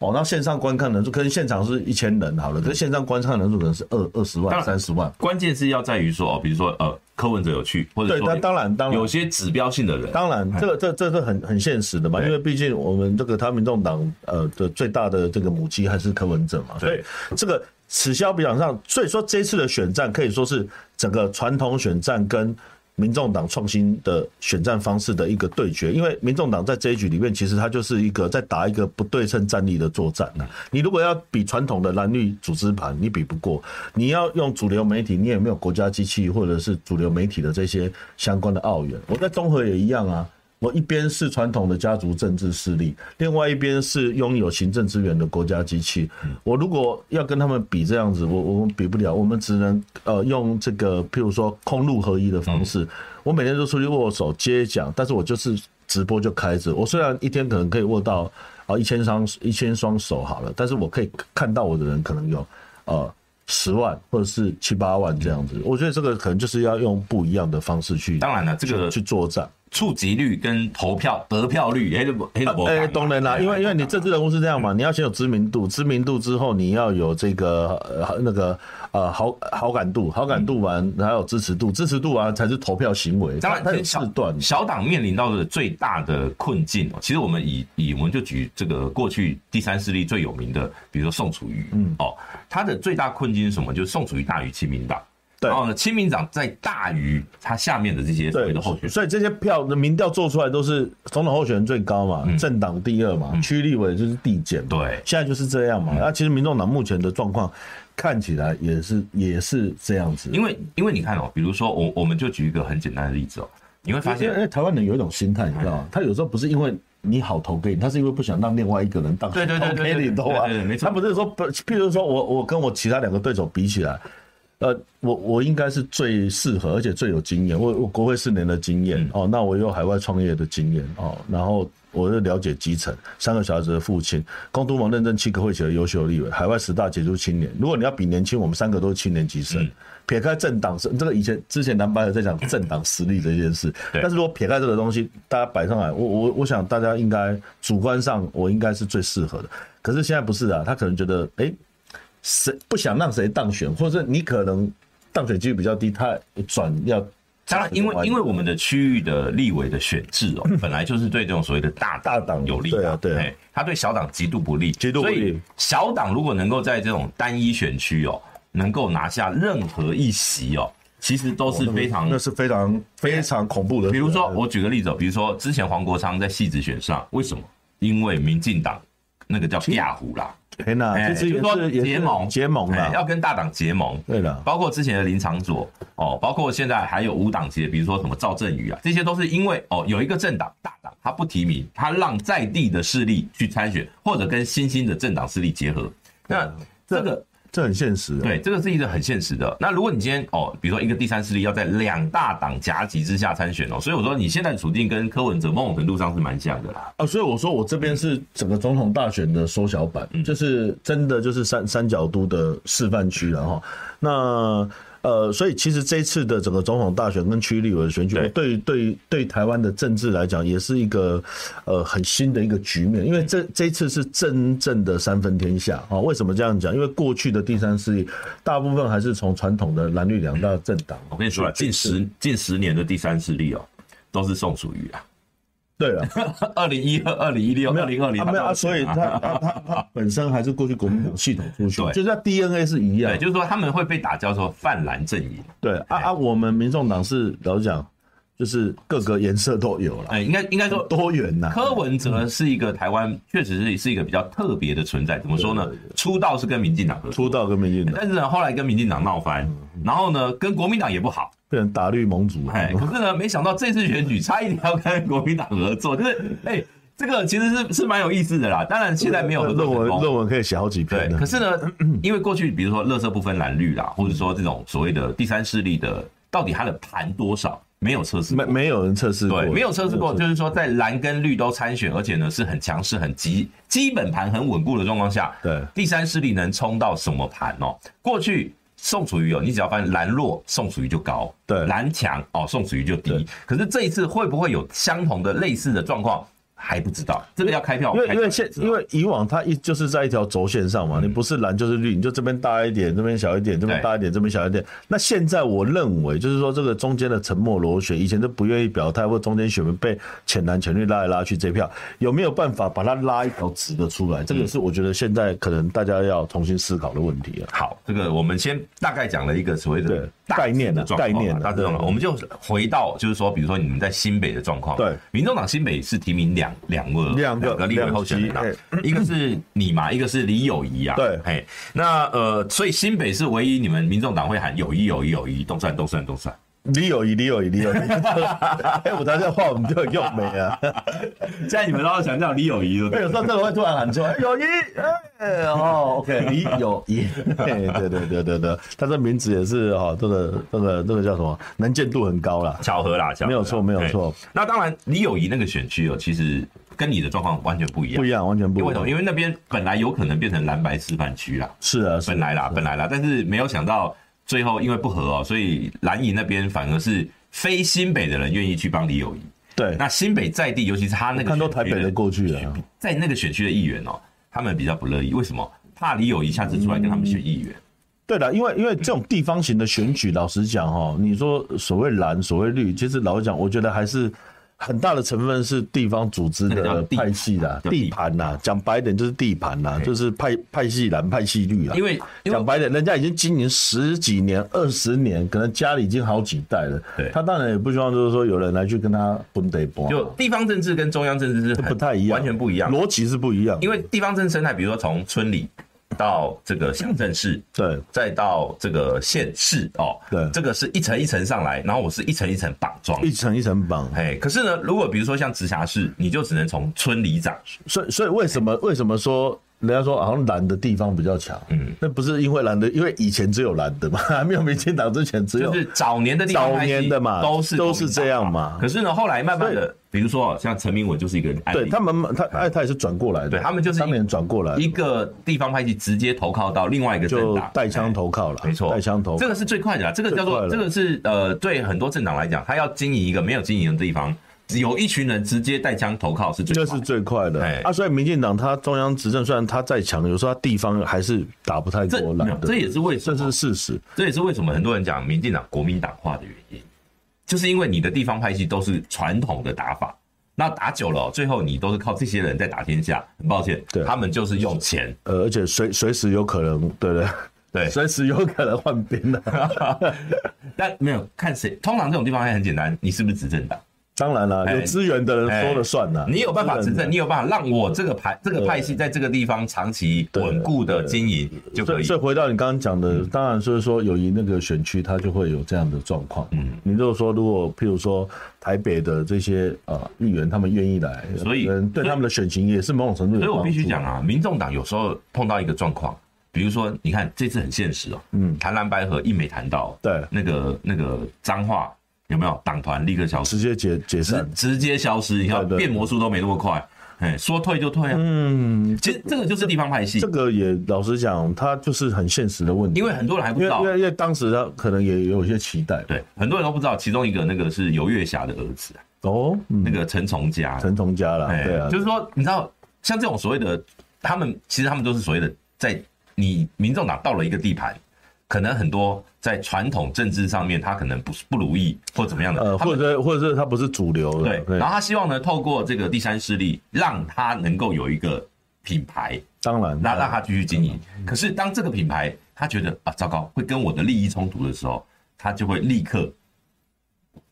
哦，那线上观看人数，可能现场是一千人好了，可是线上观看人数可能是二二十
嗯当
万、
然
三十万。
关键是要在于说，哦，比如说呃，柯文哲有去，或者
对，
说
但当然，当然
有些指标性的人，
当然，这个这这是很很现实的嘛，
对
因为毕竟我们这个他民众党呃的最大的这个母鸡还是柯文哲嘛，所以
对
这个此消彼长上，所以说这次的选战可以说是整个传统选战跟民众党创新的选战方式的一个对决，因为民众党在这一局里面，其实它就是一个在打一个不对称战力的作战啊。你如果要比传统的蓝绿组织盘，你比不过；你要用主流媒体，你也没有国家机器或者是主流媒体的这些相关的澳元。我在综合也一样啊。我一边是传统的家族政治势力，另外一边是拥有行政资源的国家机器。我如果要跟他们比这样子，我我们比不了，我们只能呃用这个，譬如说空路合一的方式。我每天都出去握手接讲，但是我就是直播就开着。我虽然一天可能可以握到啊一千双一千双手好了，但是我可以看到我的人可能有呃十万或者是七八万这样子。我觉得这个可能就是要用不一样的方式去
当然了，这个
去作战。
触及率跟投票得票率，黑的黑的博，
哎、当然啦，因
啊
为因为你政治人物是这样嘛，
嗯
你要先有知名度，知名度之后你要有这个呃那个呃好好感度，好感度完还有支持度，支持度完才是投票行为，
嗯当然
它它
其
有
实
四
小
段。
小党面临到的最大的困境哦，其实我们以以我们就举这个过去第三势力最有名的，比如说宋楚瑜，嗯，哦，他的最大困境是什么？就是宋楚瑜大于亲民党，
对
然后呢，亲民党在大于他下面的这些所谓
对
的候选人，
所以这些票的民调做出来都是总统候选人最高嘛，政党第二嘛，区立委就是递减嘛，
嗯对嗯
现在就是这样嘛。那、啊其实民众党目前的状况看起来也是也是这样子，
因为因为你看哦，比如说我我们就举一个很简单的例子哦，你会发
因为因
现，哎
为台湾人有一种心态，你知道吗？他有时候不是因为你好投给你，他是因为不想让另外一个人当
对对对
投
对
给你，
对
懂吗？
对对对没错
他不是说不，譬如说我我跟我其他两个对手比起来，呃，我我应该是最适合，而且最有经验。我我国会四年的经验、哦，那我有海外创业的经验哦，然后我又了解基层，三个小孩子的父亲，公都盟认证七个会期的优秀立委，海外十大杰出青年。如果你要比年轻，我们三个都是青年级生。撇开政党是这个以前之前蓝白有在讲政党实力这件事，
对
但是如果撇开这个东西，大家摆上来，我我我想大家应该主观上我应该是最适合的。可是现在不是啊，他可能觉得哎。诶谁不想让谁当选，或者是你可能当选几率比较低，他转要
当然因为因为我们的区域的立委的选制哦，本来就是对这种所谓的大
大党
有利
嗯对啊对啊
哎他对小党极度不利，
极度不
所
利
以小党如果能够在这种单一选区哦，能够拿下任何一席哦，其实都是非常
哦那是非常非常恐怖的。
比如说，我举个例子哦，比如说之前黄国昌在戏子选上，为什么？因为民进党那个叫亚虎啦，
天哪，
哎
啊其实
就
也
是说
是也是
结盟
结盟
哎要
了，
跟大党结盟。
对了，
包括之前的林长佐哦，包括现在还有无党籍的，比如说什么赵振宇啊，这些都是因为哦有一个政党大党他不提名，他让在地的势力去参选，或者跟新兴的政党势力结合。那这个
这很现实。，啊
对，这个是一个很现实的。那如果你今天哦，比如说一个第三势力要在两大党夹击之下参选哦，所以我说你现在的处境跟柯文哲某种程度上是蛮像的啦。
啊，所以我说我这边是整个总统大选的缩小版，就是真的就是三三角都的示范区了哈。那呃，所以其实这次的整个总统大选跟区立委的选举，
对
对对对台湾的政治来讲，也是一个呃很新的一个局面，因为这这一次是真正的三分天下啊、为什么这样讲？因为过去的第三势力大部分还是从传统的蓝绿两大政党，哦
我跟你说啊，近十近十年的第三势力哦，都是宋楚瑜啊。
对了，
二零一二、二零一六、二哦零二零，
啊没有啊，所 以他他他他本身还是过去国民党系统出去
对，
就是他 DNA 是一样
对，，就是说哎他们会被打叫做泛蓝阵营。
对啊啊，我们民众党是老实讲，就是各个颜色都有了，
哎，应该应该说，
多元呐，
柯文哲是一个台湾，确实是是一个比较特别的存在。怎么说呢
对对？嗯
出道是跟民进党合作，
出道跟民进党
但是呢，后来跟民进党闹翻，
嗯
然后呢，跟国民党也不好。
变成打绿盟主，
哎，可是呢，没想到这次选举差一点要跟国民党合作，就是哎，这个其实是是蛮有意思的啦。当然现在没有合作
论
成
文
功。
论文可以写好几
对，
篇呢
可，是 呢，因为过去比如说乐色不分蓝绿啦，或者说这种所谓的第三势力的，到底它的盘多少，没有测试过
没没有人测试过，
对，没有测试过，就是说在蓝跟绿都参选，而且呢是很强势、很基基本盘很稳固的状况下，
对
第三势力能冲到什么盘哦？过去宋楚瑜有，哦你只要发现蓝弱，宋楚瑜就高；
对
蓝强哦，宋楚瑜就低
对。
可是这一次会不会有相同的类似的状况，还不知道，这个要开票
因
开
为
票才知道。嗯
因为现因为以往它一就是在一条轴线上嘛，你不是蓝就是绿，你就这边大一点，这边小一点，这边大一点，这边小一点。那现在我认为就是说这个中间的沉默螺旋，以前都不愿意表态，或中间选民被浅蓝浅绿拉来拉去这票，有没有办法把它拉一条直的
嗯
出来？这个是我觉得现在可能大家要重新思考的问 题啊。
好，这个我们先大概讲了一个所谓的
对
大致
概念
的
啊
状况啊
概念啊
大致状况，
对
我们就回到就是说，比如说你们在新北的状况，
对，
民众党新北是提名两两个
两个
立委候选人啊
两席，
一个是你 嘛，一个是李友仪啊，
对
嘿，那呃，所以新北是唯一你们民众党会喊友谊友谊友谊，动算动算动算，
李友仪，李友仪，李友仪， 哎，我台下话我们就有用没啊？
现在你们都要强调李友谊了
有时候真的会突然喊出来，友谊，哎，哦，OK，你友谊，嘿对对对对对，他这名字也是哈，这个这个这个叫什么？能见度很高啦。
巧合啦，巧合啦
没有错没有错。
嘿那当然，李友仪那个选区哦，其实跟你的状况完全不一样
不一。样，完全不
因为
一
什么？
样。
因为那边本来有可能变成蓝白示范区啦，
是啊，是
本来啦，本来啦，但是没有想到最后因为不和哦，所以蓝营那边反而是非新北的人愿意去帮李友仪。
对，
那新北在地，尤其是他那个
看到
选
台
区
北的过去啊了。
在那个选区的议员哦，他们比较不乐意，为什么？怕李友仪下次出来跟他们选议员。
对的，因为因为这种地方型的选举，老实讲哈、哦，你说所谓蓝，所谓绿，其实老实讲，我觉得还是很大的成分是地方组织
那叫
的
地
派系啦、
叫地
地盘啦。讲白点就是地盘啦，就是派派系蓝、派系绿啦。
因为因为
嗯讲白点，人家已经经营十几年、二十年，可能家里已经好几代了。
对
他当然也不希望就是说有人来去跟他分得帮，
就地方政治跟中央政治是很
不太一样，
完全不一样。
逻辑是不一样。
因为地方政治生态，比如说从村里到这个乡镇市，
对
再到这个县市哦，
对
这个是一层一层上来，然后我是一层一层绑装。
一层一层绑，
哎，可是呢，如果比如说像直辖市，你就只能从村里长，
所以所以为什么为什么说人家说好像蓝的地方比较强？嗯，那不是因为蓝的，因为以前只有蓝的嘛，还没有民进党之前只有。
就是早年的地方
哦早年的嘛
都是
都是这样嘛
可是呢，后来慢慢的，比如说像陈明文就是一个案
对
例，
他们，他哎，他也是转过来的，
对他们就是
当年转过来的
一个地方派系直接投靠到另外一个政
就
党，
带枪投靠了，
哎。没错，
带枪投
这
靠。
个是最快的啦。这个叫
最快
做
了
这个是呃，对很多政党来讲，他要经营一个没有经营的地方，有一群人直接带枪投靠是最
这
快
是
的。
最快的
哎
啊！所以民进党他中央执政虽然他再强，有时候他地方还是打不太
这
过
没有
蓝
这
的，
也是为什
这
么
是事实。
这也是为什么很多人讲民进党国民党化的原因，就是因为你的地方派系都是传统的打法，那打久了哦、最后你都是靠这些人在打天下。很抱歉
对，
他们就是用钱。
呃，而且随随时有可能，对不对？
对
随时有可能换啊兵的。
但没有看谁，通常这种地方还很简单，你是不是执政党？
当然了，
哎
有资源的人说了算了。
你有办法执
资源的
政，你有办法让我这个派这个派系在这个地方长期
对
稳固的经营就可
所以，
以。嗯
所以回到你刚刚讲的，当然就是说，友谊那个选区它就会有这样的状况。嗯，你如果说，如果譬如说台北的这些呃议员，他们愿意来，
所以
嗯对
所以
他们的选情也是某种程度有
所以
帮助。
我必须讲啊，民众党有时候碰到一个状况，比如说，你看这次很现实哦，嗯，谈蓝白河一没谈到，哦
对
那个那个脏话有没有党团立刻消失，
直接解解
直
散。
直接消失，你看
对对
变魔术都没那么快，哎，说退就退啊，
嗯，
其实这个就是地方派系
这，个也老实讲，它就是很现实的问题。
因为很多人还不
因
知
为
道
因，为因为当时他可能也有一些期待。
对，很多人都不知道，其中一个那个是尤月霞的儿子啊，
哦，嗯
那个陈崇家，
陈同佳啦，
哎
对啊，
就是说，你知道，像这种所谓的，他们其实他们都是所谓的，在你民众党到了一个地盘，可能很多在传统政治上面他可能不是不如意或怎么样的，
呃，
他
或
们
者或者是他不是主流的，
对，然后他希望呢透过这个第三势力，让他能够有一个品牌，
当然，啊
那让他继续经营。可是当这个品牌他觉得啊糟糕，会跟我的利益冲突的时候，他就会立刻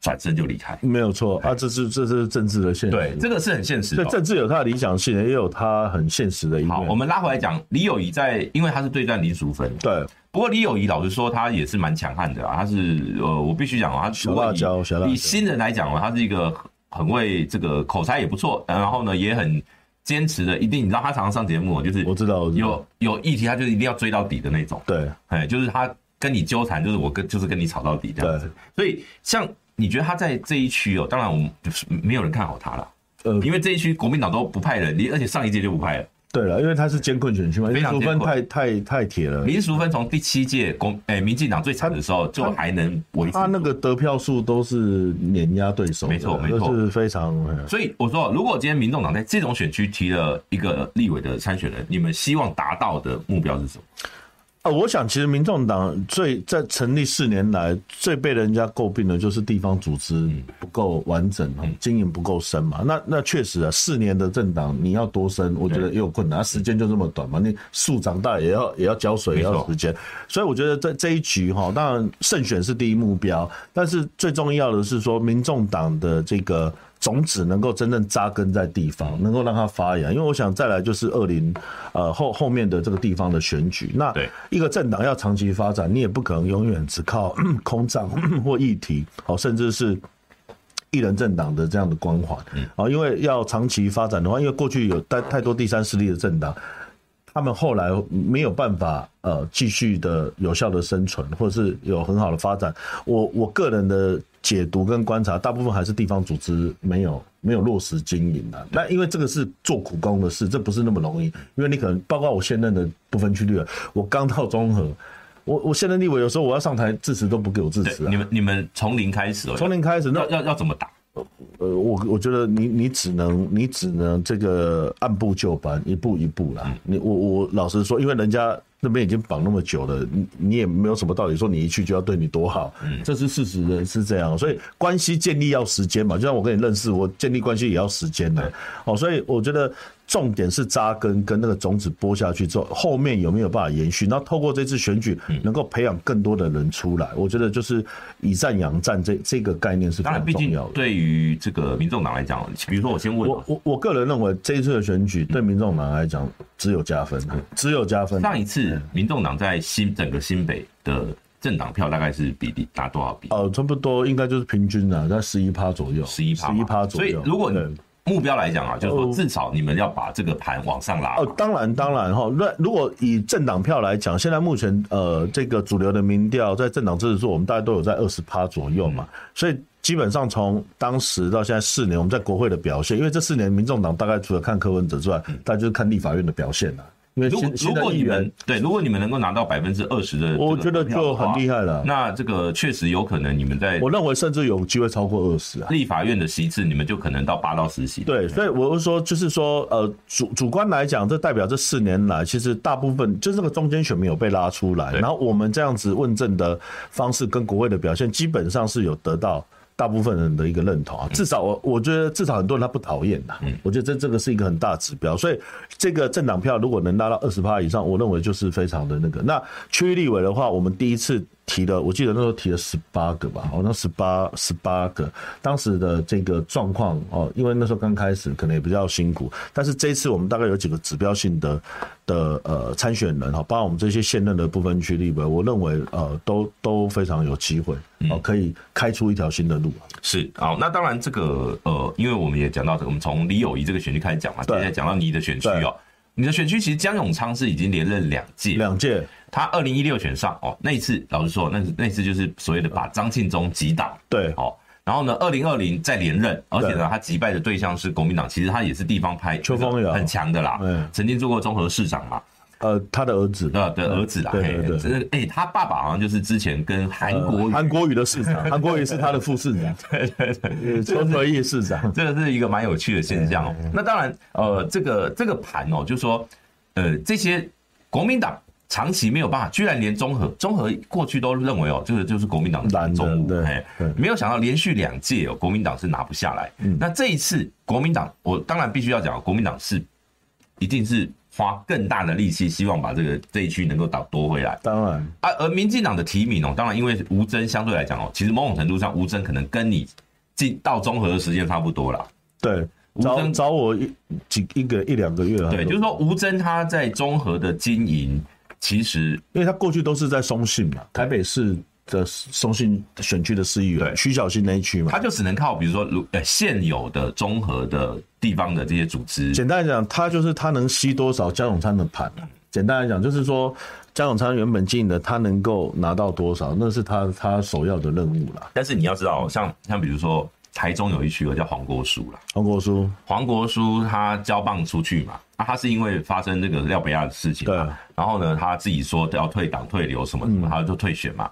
转身就离开。
没有错啊，这是这是政治的现实，
哎对，这个是很现实的
所以
哦。
政治有它的理想性，也有它很现实的一
好，我
面。
们拉回来讲，李友仪在，因为他是对战林淑芬，
对，
不过李友仪老实说，他也是蛮强悍的啊，他是呃，我必须讲哦，他除了以
小辣椒小辣椒
以新人来讲哦，他是一个很很会这个口才也不错，呃然后呢也很坚持的，一定你知道他常常上节目哦，就是
我知道，我知道
有有议题他就一定要追到底的那种，
对，
哎，就是他跟你纠缠，就是我跟就是跟你吵到底这样子。所以像你觉得他在这一区哦，当然我们就是没有人看好他了，
呃，
因为这一区国民党都不派人，你而且上一届就不派了。
对了，因为它是艰困选区嘛，因
非
为
常
淑
艰
芬
困
太太太铁了，
林淑芬从第七届公诶、民进党最惨的时候，就还能维持
他啊那个得票数都是碾压对手的，
没错没错
都是非常。嗯
所以我说，如果今天民众党在这种选区提了一个立委的参选人，你们希望达到的目标是什么？
啊，我想其实民众党最在成立四年来最被人家诟病的就是地方组织
嗯
不够完整，哦经营不够深嘛。那那确实啊，四年的政党你要多深，我觉得也有困难，啊时间就这么短嘛。你树长大也要也要浇水，也
没错
要时间，所以我觉得在这一局哈，当然胜选是第一目标，但是最重要的是说民众党的这个。种子能够真正扎根在地方，能够让它发芽。因为我想再来就是二零，呃后后面的这个地方的选举，那
对
一个政党要长期发展，你也不可能永远只靠 空战或议题，哦，甚至是。一人政党的这样的光环，啊，因为要长期发展的话，因为过去有太太多第三势力的政党，他们后来没有办法呃继续的有效的生存，或者是有很好的发展。我我个人的解读跟观察，大部分还是地方组织没有没有落实经营啊。那因为这个是做苦工的事，这不是那么容易。因为你可能包括我现任的不分区立委，我刚到中和，我我现任立委有时候我要上台支持都不给我支
对
持，啊
你。们你们从零开始哦，
从零开始，那
要要要怎么打？
呃，我我觉得你你只能你只能这个按部就班，一步一步
嗯
啦。你我我老实说，因为人家那边已经绑那么久了，你你也没有什么道理说你一去就要对你多好，
嗯
这是事实的，是这样。所以关系建立要时间嘛，就像我跟你认识，我建立关系也要时间的。哦，所以我觉得重点是扎根跟那个种子播下去之后，后面有没有办法延续？然后透过这次选举，
嗯
能够培养更多的人出来，我觉得就是以战养战这这个概念是非
当然，
常
毕
重
竟
要的。
对于这个民众党来讲，比如说我先问
我
哦，
我我个人认为这一次的选
嗯
举对民众党来讲只有加分，只有加分。
上一次民众党在新整个新北的政党票大概是比例拿多少比？
哦，差不多应该就是平均啊，在十一趴左右，
十一趴嘛，
十一趴左右。
所以如果
对
你目标来讲啊，就是说
哦
至少你们要把这个盘往上拉嘛。
哦，当然当然哈，那如果以政党票来讲，现在目前呃这个主流的民调在政党支持度，我们大概都有在二十趴左右嘛，
嗯
所以。基本上从当时到现在四年，我们在国会的表现，因为这四年民众党大概除了看柯文哲之外，大家就是看立法院的表现了。因
嗯
为
如果
新
如
新的
果
议
你
员
们，对，如果你们能够拿到百分之二十的这个
我觉得
票的
就
话
很厉害了。啊
那这个确实有可能，你们在
我认为甚至有机会超过二十啊。
立法院的席次，你们就可能到八到十席。，
对，所以我是说，就是说，呃，主主观来讲，这代表这四年来，其实大部分就是那个中间选民有被拉出来，
对
然后我们这样子问政的方式跟国会的表现，基本上是有得到大部分人的一个认同啊。至少我我觉得，至少很多人他不讨厌呐。我觉得这这个是一个很大的指标，所以这个政党票如果能拉到二十趴以上，我认为就是非常的那个。那区域立委的话，我们第一次提了，我记得那时候提了十八个吧，好像十八十八个。当时的这个状况哦，因为那时候刚开始，可能也比较辛苦。但是这一次我们大概有几个指标性的的呃参选人哈，包括我们这些现任的部分区立委，我认为呃都都非常有机会
嗯
哦，可以开出一条新的路。
是好。那当然，这个呃，因为我们也讲到这个，我们从李友仪这个选区开始讲嘛，接
对
下来讲到你的选区
对
哦。你的选区其实江永昌是已经连任两届，
两届
他二零一六选上哦，那一次老实说，那那一次就是所谓的把张庆忠击倒
对
哦。然后呢，二零二零再连任，而且呢，
对
他击败的对象是国民党，其实他也是地方派
邱风瑶
很强的啦
嗯，
曾经做过综合市长嘛，
呃他的儿子
的的儿子啦，
嗯对
嘿
对对
真的，哎，他爸爸好像就是之前跟韩国
呃
瑜，
韩国瑜的市长，韩国瑜是他的副市 长，对对对，陈和义市长。
这个是一个蛮有趣的现象哦。
嗯
那当然，呃，这个这个盘哦，就是说，呃，这些国民党长期没有办法，居然连综合综合过去都认为哦，这个就是国民党
蓝
的
的
中
对
午，哎
对，嗯
没有想到连续两届哦，国民党是拿不下来。那这一次国民党，我当然必须要讲，国民党是一定是花更大的力气，希望把这个这一区能够打夺回来。
当然，
啊，而民进党的提名哦，当然因为吴征相对来讲哦，其实某种程度上吴征可能跟你进到综合的时间差不多啦。
对，
吴
找
征
找我一几一个一两个月了，
对，就是说吴征他在综合的经营，其实
因为他过去都是在松信嘛，台北市的松信选区的市议员，
对
徐小新那一区嘛
他。就只能靠比如说如呃现有的综合的地方的这些组织，
简单来讲，他就是他能吸多少江永昌的盘啊、简单来讲，就是说江永昌原本经营的，他能够拿到多少，那是他他首要的任务啦。
但是你要知道，哦像像比如说台中有一区有哦叫黄国书啦，
黄国书，
黄国书他交棒出去嘛，啊，他是因为发生这个廖北亚的事情
对嗯
嘛，然后呢他自己说要退党退流什么什么，他就退选嘛。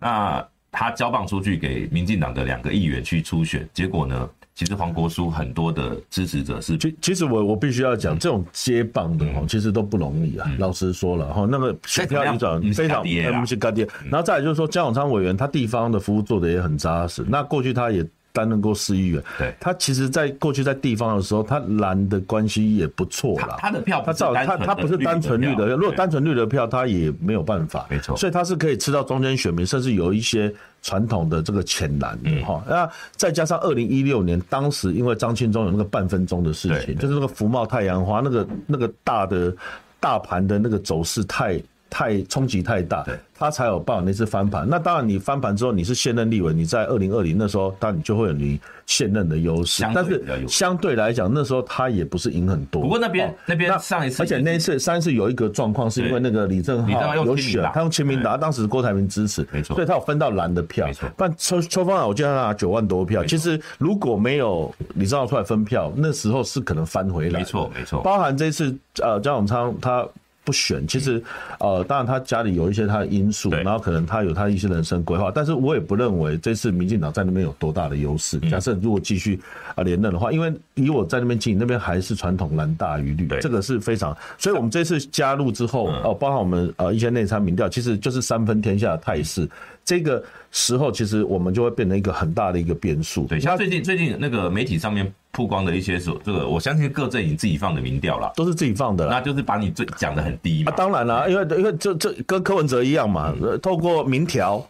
那他交棒出去给民进党的两个议员去初选，结果呢，其实黄国书很多的支持者是
其其实我我必须要讲，这种接棒的哦，其实都不容易啊。老实说了哈，那个选票一转
不是
非常
干爹啦
呃不是干爹。然后再来就是说，江永昌委员他地方的服务做的也很扎实。那过去他也担任过市议员，
对
他其实在过去在地方的时候，他蓝的关系也不错
他
啦。
他的票
他
不是
照
单
他
纯的
他不是单纯绿
票
的，如果
对
单纯绿的票，他也没有办法，
没错
所以他是可以吃到中间选民，甚至有一些传统的这个浅蓝
嗯
的哈。那再加上二零一六年，当时因为张庆忠有那个半分钟的事
对
情，就是那个福茂太阳花那个那个大的大盘的那个走势太。太冲击太大
对，
他才有办法那次翻盘。那当然，你翻盘之后，你是现任立委，你在二零二零那时候，当然你就会有你现任的优势
相。对
但是
比较有
相对来讲，那时候他也不是赢很多。
不过那边
哦
那边上一次
而且那一次上一次有一个状况，是因为那个李正
李正
浩
浩用
有
亲民
选
党，
他用亲民党，当时郭台铭支持，
没错
所以他有分到蓝的票，
没错
但邱邱方啊，我记得他拿九万多票，其实如果没有李正浩出来分票，那时候是可能翻回来的，
没错没错
包含这次呃江永昌他。不选，其实，呃，当然他家里有一些他的因
嗯
素，
对
然后可能他有他一些人生规划，但是我也不认为这次民进党在那边有多大的优势。
嗯
假设如果继续啊连任的话，因为以我在那边经营，那边还是传统蓝大于绿
对，嗯
这个是非常。所以我们这次加入之后，哦、包含我们呃一些内参民调，其实就是三分天下的态
嗯
势。这个时候，其实我们就会变成一个很大的一个变数。
对，像最近最近那个媒体上面曝光的一些所这个，我相信各阵营自己放的民调啦，
都是自己放的啦。
那就是把你最讲的很低嘛
嗯啊，。当然啦、因为因为这这跟柯文哲一样嘛，呃透过民调。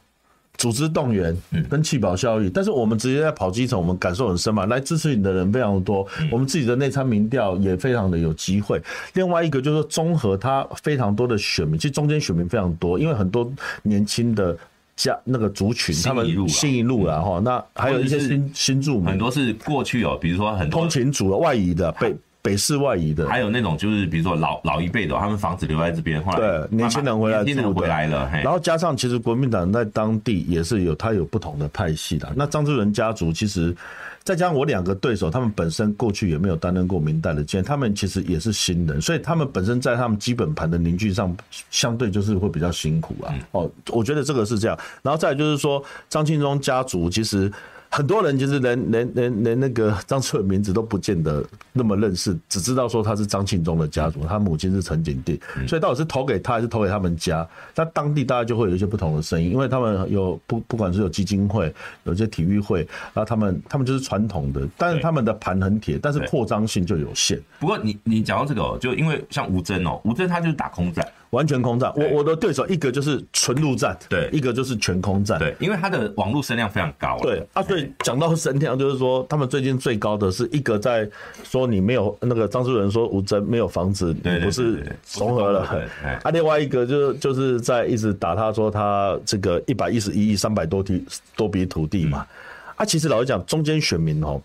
组织动员
嗯
跟弃保效益，但是我们直接在跑基层，我们感受很深嘛。来支持你的人非常多，
嗯
我们自己的内参民调也非常的有机会。另外一个就是说，综合它非常多的选民，其实中间选民非常多，因为很多年轻的家那个族群，
新
他们
一路啊
新一路啦哈，那还有一些
或者是
新新住
很
民、
多啊是过去哦，比如说很多
通勤族的、外移的、北北市外移的，
还有那种就是比如说老老一辈的哦，他们房子留在这边，后来
对
慢慢
年轻人回来
年轻人
住的
回来了，嘿
然，后加上，其实国民党在当地也是有他有不同的派系的。那张志仁家族其实，再加上我两个对手，他们本身过去也没有担任过明代的监，他们其实也是新人，所以他们本身在他们基本盘的凝聚上，相对就是会比较辛苦啊。哦，我觉得这个是这样。然后再来就是说，张庆忠家族其实。很多人其实连连连连那个张志伟名字都不见得那么认识，只知道说他是张庆忠的家族，他母亲是陈景娣，
嗯
所以到底是投给他还是投给他们家？那当地大家就会有一些不同的声音，因为他们有不不管是有基金会，有一些体育会，然后他们他们就是传统的，但是
对
他们的盘很铁，但是
对
扩张性就有限，
不过你你讲到这个哦，就因为像吴征哦，吴征他就是打空战，
完全空战。我
对
我的对手一个就是纯陆战，
对
一个就是全空战，
对，因为他的网络声量非常高，
啊对，啊，所
哎
以讲到神跳，就是说他们最近最高的是一个在说你没有那个张志仁说吴征没有房子，
对
你
对
不是
对对
怂和了
不是综合对，
啊，另外一个就就是在一直打他说他这个一百一十一亿三百多地多笔土地
嗯
嘛，啊，其实老实讲，中间选民哦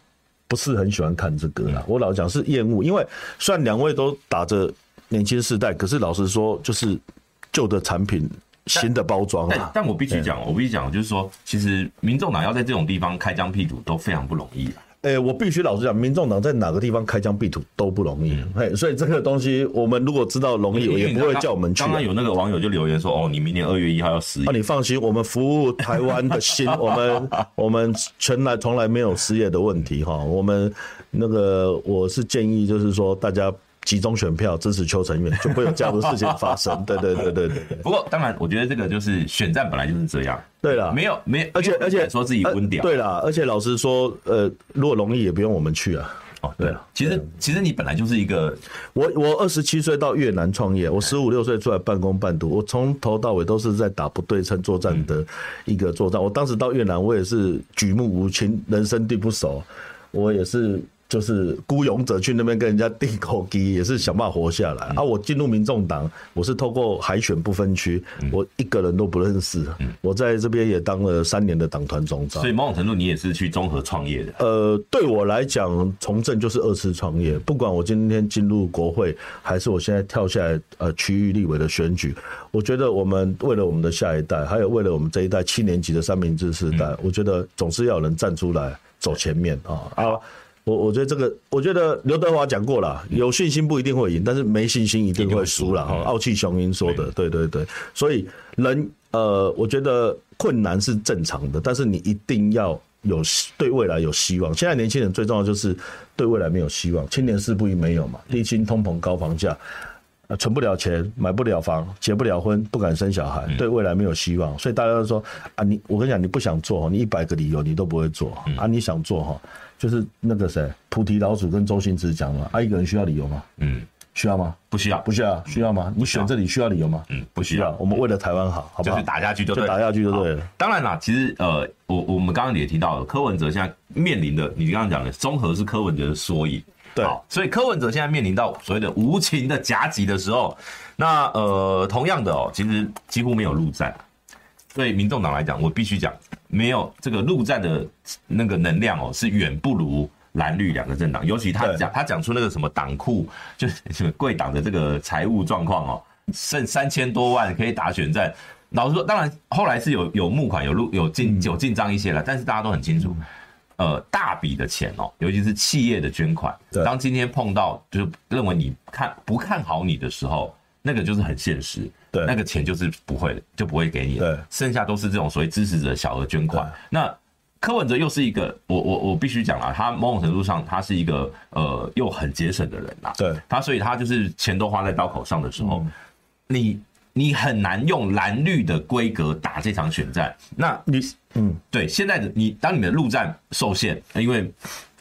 不是很喜欢看这个
嗯
啦，我老实讲是厌恶，因为虽然两位都打着年轻世代，可是老实说就是旧的产品。新的包装
但
啊，
但我必须讲，我必须讲，就是说，其实民众党要在这种地方开疆辟土都非常不容易啊。
诶、呃我必须老实讲，民众党在哪个地方开疆辟土都不容易，嘿、所以这个东西我们如果知道容易，
嗯因为
也
你
不
知道
会
刚
叫我们去、
刚
啊
刚。有那个网友就留言说，哦，你明年二月一号要失业
啊，，你放心，我们服务台湾的心，我 们我们全来从来没有失业的问题哈。我们那个我是建议，就是说大家集中选票支持邱成远，就不会有这样的事情发生。对对对对对对。
不过当然，我觉得这个就是选战本来就是这样，
对了，
没有没有，
而且
没有啊
而且
人说自己温
呃
屌。
对啦，而且老实说，呃，如果容易也不用我们去啊。
哦，
对
对
啊，
其实其实你本来就是一个
我我二十七岁到越南创
哎
业，我十五六岁出来半工半读，我从头到尾都是在打不对称作
嗯
战的一个作战。我当时到越南，我也是举目无亲，人生地不熟，我也是就是孤勇者去那边跟人家订口机，也是想办法活下
嗯
来。啊，我进入民众党，我是透过海选不分区，
嗯
我一个人都不认识。我在这边也当了三年的党团总召
所。以某种程度你也是去综合创业的。
呃，对我来讲，从政就是二次创业。不管我今天进入国会，还是我现在跳下来呃区域立委的选举，我觉得我们为了我们的下一代，还有为了我们这一代七年级的三明治世代，我觉得总是要有人站出来走前面啊啊！我我觉得这个，我觉得刘德华讲过了，有信心不一定会赢，但是没信心一定会输了。哈，啊
嗯
傲气雄鹰说的，对对对，所以人呃，我觉得困难是正常的，但是你一定要有希对未来有希望。现在年轻人最重要就是对未来没有希望，青年事不一没有嘛，低薪、通膨、高房价。呃存不了钱，买不了房，结不了婚，不敢生小孩，对未来没有希望，所以大家都说啊，你我跟你讲，你不想做，你一百个理由你都不会做啊，你想做哈，就是那个谁，菩提老祖跟周星驰讲嘛，啊，一个人需要理由吗？
嗯，
需要吗？
不需要，
不需要，需要吗？你选这里需要理由吗？
嗯，不需要，
我们为了台湾好，好不
就
好？
是打下去就对了
就打下去就对了。
当然啦，其实呃，我我们刚刚也提到了，柯文哲现在面临的，你刚刚讲的综合是柯文哲的缩影。
对
好，所以柯文哲现在面临到所谓的无情的夹击的时候，那呃，同样的哦，其实几乎没有陆战。对民众党来讲，我必须讲，没有这个陆战的那个能量哦，是远不如蓝绿两个政党。尤其他
对
讲，他讲出那个什么党库，就是什么贵党的这个财务状况哦，剩三千多万可以打选战。老实说，当然后来是有有募款、有入、有进、
嗯
有进账一些了，但是大家都很清楚，呃，大笔的钱哦，尤其是企业的捐款，
对
当今天碰到就是认为你看不看好你的时候，那个就是很现实。
对
那个钱就是不会就不会给你了
对
剩下都是这种所谓支持者小额捐款
对。啊
那柯文哲又是一个，我我我必须讲啦，他某种程度上他是一个呃又很节省的人啦，
对嗯
他所以他就是钱都花在刀口上的时候，你你很难用蓝绿的规格打这场选战。那
你嗯，
对，现在的你，当你的陆战受限，因为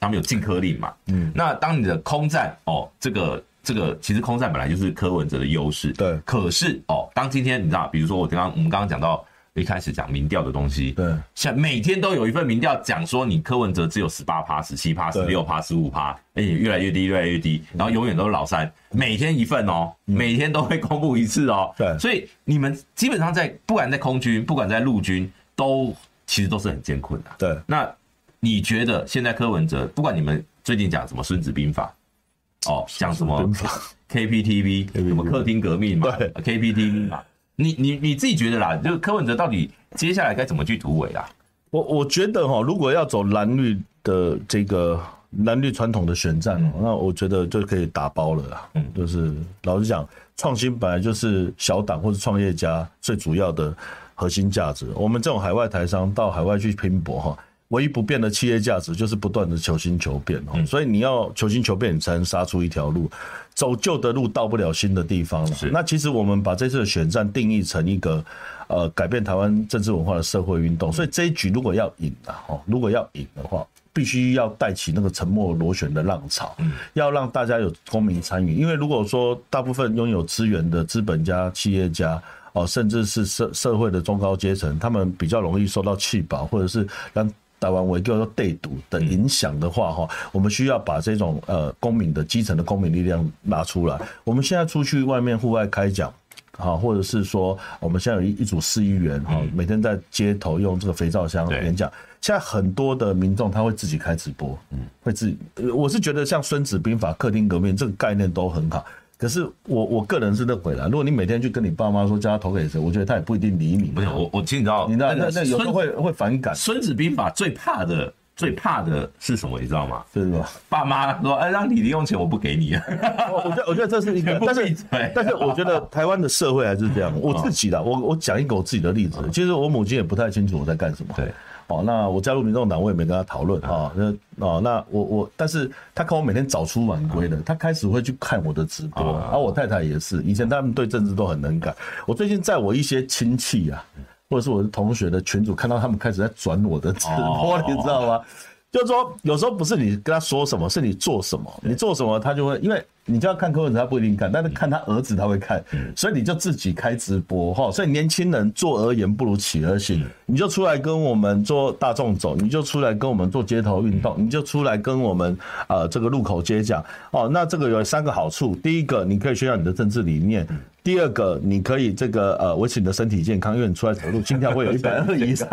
他们有禁科令嘛，嗯，那当你的空战哦，这个这个其实空战本来就是柯文哲的优势，
对
可是哦，当今天你知道，比如说我刚刚我们刚刚讲到一开始讲民调的东西，
对，
像每天都有一份民调讲说你柯文哲只有十八趴、十七趴、十
对
六趴、十五趴，而且越来越低，越来越低，然后永远都是老三，每天一份哦，每天都会公布一次哦，
嗯对
所以你们基本上在不管在空军，不管在陆军，都其实都是很艰困的、
对，
那你觉得现在柯文哲，不管你们最近讲什么《孙子兵法》，哦，讲什么
兵法
KPTV，什么客厅革命嘛啊
对
，KPTV 嘛，你你你自己觉得啦，就是柯文哲到底接下来该怎么去突围啦？
我我觉得哈，如果要走蓝绿的这个蓝绿传统的选战
嗯
哦，那我觉得就可以打包了啦。嗯，就是老实讲，创新本来就是小党或者创业家最主要的核心价值。我们这种海外台商到海外去拼搏哈。唯一不变的企业价值就是不断的求新求变哦，所以你要求新求变，你才能杀出一条路。走旧的路到不了新的地方了。
是
那其实我们把这次的选战定义成一个呃改变台湾政治文化的社会运动，所以这一局如果要赢啊，哦，如果要赢的话。必须要带起那个沉默螺旋的浪潮，要让大家有公民参与。因为如果说大部分拥有资源的资本家、企业家，哦，甚至是社社会的中高阶层，他们比较容易受到气保，或者是让台湾为叫做对赌的影响的
嗯
话，哈、我们需要把这种呃公民的基层的公民力量拿出来。我们现在出去外面户外开讲。好，或者是说，我们现在有一一组市议员哈，每天在街头用这个肥皂箱
嗯对
演讲。现在很多的民众他会自己开直播，嗯，会自己。呃我是觉得像《孙子兵法》《客厅革命》这个概念都很好，可是我我个人是认为啦，如果你每天去跟你爸妈说叫他投给谁，我觉得他也不一定理你。
不是我，我其实你知道，
你知道
那
那
个
那有时候
孙
会会反感。
孙子兵法》最怕的最怕的是什么，你知道吗？
是吗？
爸妈说，哎，让你零用钱我不给你，
我觉得，我觉得这是一个，但
闭
是
嘴啊哦
但是我觉得台湾的社会还是这 样。我自己的，我我讲一个我自己的例子。其实我母亲也不太清楚我在干什么。
嗯对，嗯
哦，那我加入民众党，我也没跟她讨论啊。那哦，那我我，但是她看我每天早出晚归的，她开始会去看我的直播。
啊
然后我太太也是，以前他们对政治都很能感。我最近在我一些亲戚啊，
嗯
或者是我的同学的群组，看到他们开始在转我的直播，
哦
你知道吗？就是说，有时候不是你跟他说什么，是你做什么。你做什么，他就会，因为你就要看柯文哲，他不一定看，但是看他儿子他会看，所以你就自己开直播哈。所以年轻人坐而言不如起而行，你就出来跟我们做大众走，你就出来跟我们做街头运动，你就出来跟我们呃这个路口街讲哦。那这个有三个好处，第一个，你可以宣扬你的政治理念。第二个，你可以这个呃维持你的身体健康，因为你出 来走路心跳会有一百二以上。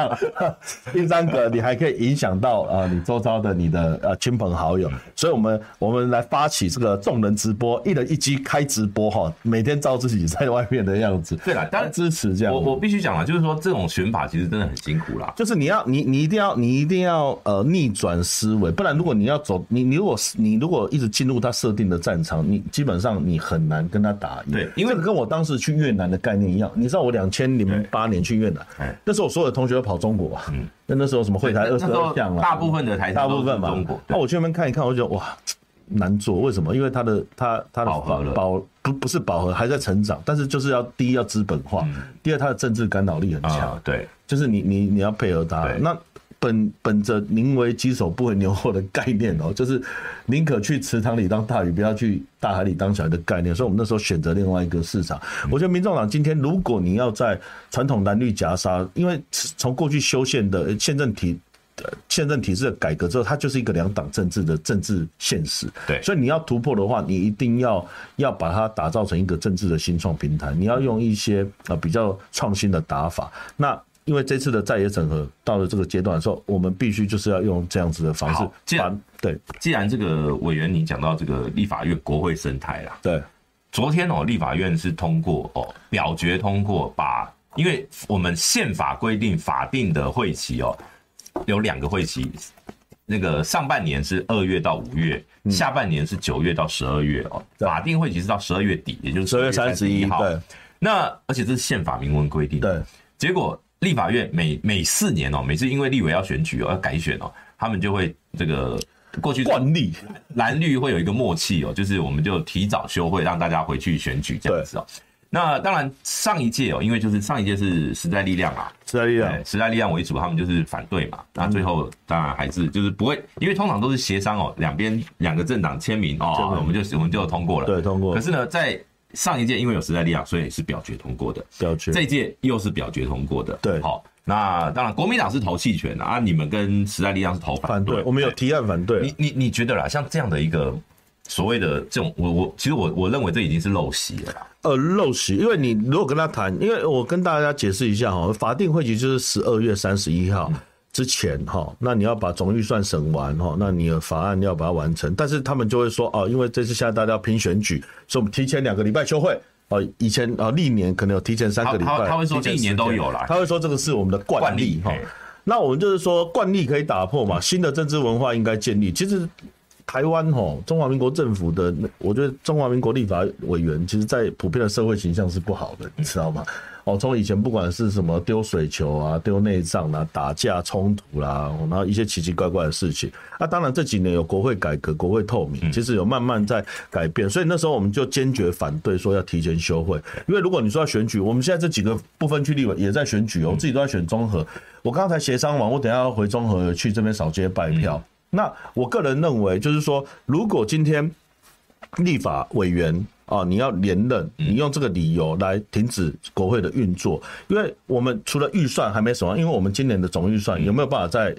第三个，你还可以影响到呃你周遭的你的呃亲朋好友，所以我们我们来发起这个众人直播，一人一机开直播哈，每天照自己在外面的样子。
对啦当然
支持这样。
我我必须讲啊，就是说这种选法其实真的很辛苦啦。
就是你要你你一定要你一定要呃逆转思维，不然如果你要走你你如果你如果一直进入他设定的战场，你基本上你很难跟他打赢。
对因为
这个跟我当时去越南的概念一样，你知道我两千零八年去越
哎
南，那时候我所有的同学都跑中国啊，那、那时候什么会台
那
二十
嗯那时候
二项啊，
大部分的台
大
商
部
都是
分嘛哦
中国，，
那
对
我去那边看一看，我就觉得哇难做，为什么？因为他的他他的
饱和了
饱不不是饱和，还在成长，但是就是要第一要资本化，第二他的政治干扰力很强。
嗯啊，对，
就是你你你要配合他
对。
那本本着宁为鸡首不为牛后的概念哦， 就是宁可去池塘里当大鱼，不要去大海里当小鱼的概念。所以我们那时候选择另外一个市场。我觉得民众党今天如果你要在传统蓝绿夹杀，因为从过去修宪的宪政体。呃宪政体制的改革之后，它就是一个两党政治的政治现实。
对
所以你要突破的话，你一定要要把它打造成一个政治的新创平台，你要用一些呃比较创新的打法。那因为这次的在野整合到了这个阶段的时候，我们必须就是要用这样子的方
好这
式
样
把对
既然这个委员你讲到这个立法院国会生态啦，
对
昨天哦，立法院是通过哦，表决通过把，因为我们宪法规定法定的会期哦，有两个会期，那个上半年是二月到五月，下半年是九月到十二月哦，
嗯对
法定会期是到十二月底，也就是
十二月三
31
十一
号。
对
那而且这是宪法明文规定，
对
结果立法院每每四年哦，每次因为立委要选举哦，要改选哦，他们就会这个过去
惯例
蓝绿会有一个默契哦，就是我们就提早休会，让大家回去选举这样子哦。那当然上一届哦，因为就是上一届是时代力量啊，
是这样
对，时代力量为主，他们就是反对嘛。那最后当然还是就是不会，因为通常都是协商哦，两边两个政党签名
签
哦
名，
我们就我们就通过了。
对通过
可是呢，在上一届因为有时代力量，所以是表决通过的。
表决
这一届又是表决通过的。
对
好，那当然国民党是投弃权啊，你们跟时代力量是投反
反
对。
对，我们有提案反对啊
你，你你觉得啦，像这样的一个所谓的这种，我我其实我我认为这已经是陋习了啦。
呃陋习，因为你如果跟他谈，因为我跟大家解释一下哈，法定会期就是十二月三十一
嗯
号。之前哈，那你要把总预算审完哈，那你的法案要把它完成，但是他们就会说哦，因为这次现在大家要拼选举，所以我们提前两个礼拜休会。哦，以前啊，历年可能有提前三个礼
他
拜，
他他会说
提前
历年
10
都
天
有啦
他会说这个是我们的惯例哈
惯例嘿。
那我们就是说惯例可以打破嘛，新的政治文化应该建立。其实台湾吼，中华民国政府的，我觉得中华民国立法委员，其实在普遍的社会形象是不好的，你知道吗？哦，从以前不管是什么丢水球啊、丢内脏啦、打架冲突啦、哦然后一些奇奇怪怪的事情。那、当然这几年有国会改革、国会透明，其实有慢慢在改变。所以那时候我们就坚决反对说要提前休会，因为如果你说要选举，我们现在这几个不分区立委也在选举哦，我自己都在选综合。我刚才协商完，我等一下要回综合去这边扫街拜票。那我个人认为，就是说，如果今天立法委员啊，你要连任，
嗯
你用这个理由来停止国会的运作，因为我们除了预算还没审完，因为我们今年的总预
嗯
算有没有办法在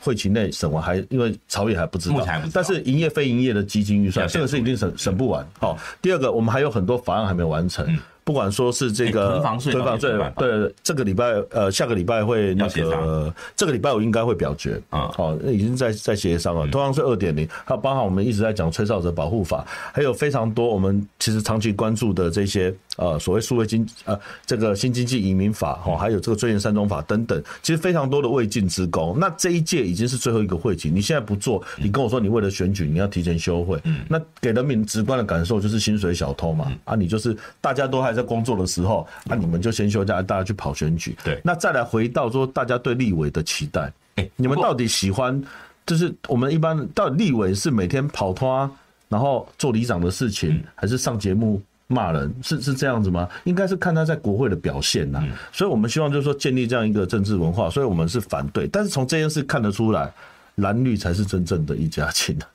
会期内审完，还因为朝野还不知道，
目前还不知道
但是营业
嗯
非营业的基金预算，这个是一定审审不完。好、第二个，我们还有很多法案还没完成，不管说是这
哎
个
囤房税
囤
到
房
底有没
税
有办，法
对，这个礼拜呃下个礼拜会那
要协
个
商
呃这个礼拜我应该会表决
啊
哦，已经在在协商了。囤房税二点零，还有包含我们一直在讲吹哨者保护法，还有非常多我们其实长期关注的这些呃所谓数位经呃这个新经济移民法哦，还有这个尊严三种法等等，其实非常多的未尽之功。那这一届已经是最后一个会期，你现在不做，你跟我说你为了选举你要提前休会，那给人民直观的感受就是薪水小偷嘛，啊，你就是大家都还在工作的时候，啊，你们就先休假，大家去跑选举。
对
那再来回到说大家对立委的期待，
哎
你们
不过
到底喜欢？就是我们一般到底立委是每天跑脱啊，然后做里长的事情，还是上节目骂人？是是这样子吗？应该是看他在国会的表现呐、啊所以我们希望就是说建立这样一个政治文化，所以我们是反对。但是从这件事看得出来，蓝绿才是真正的一家亲啊。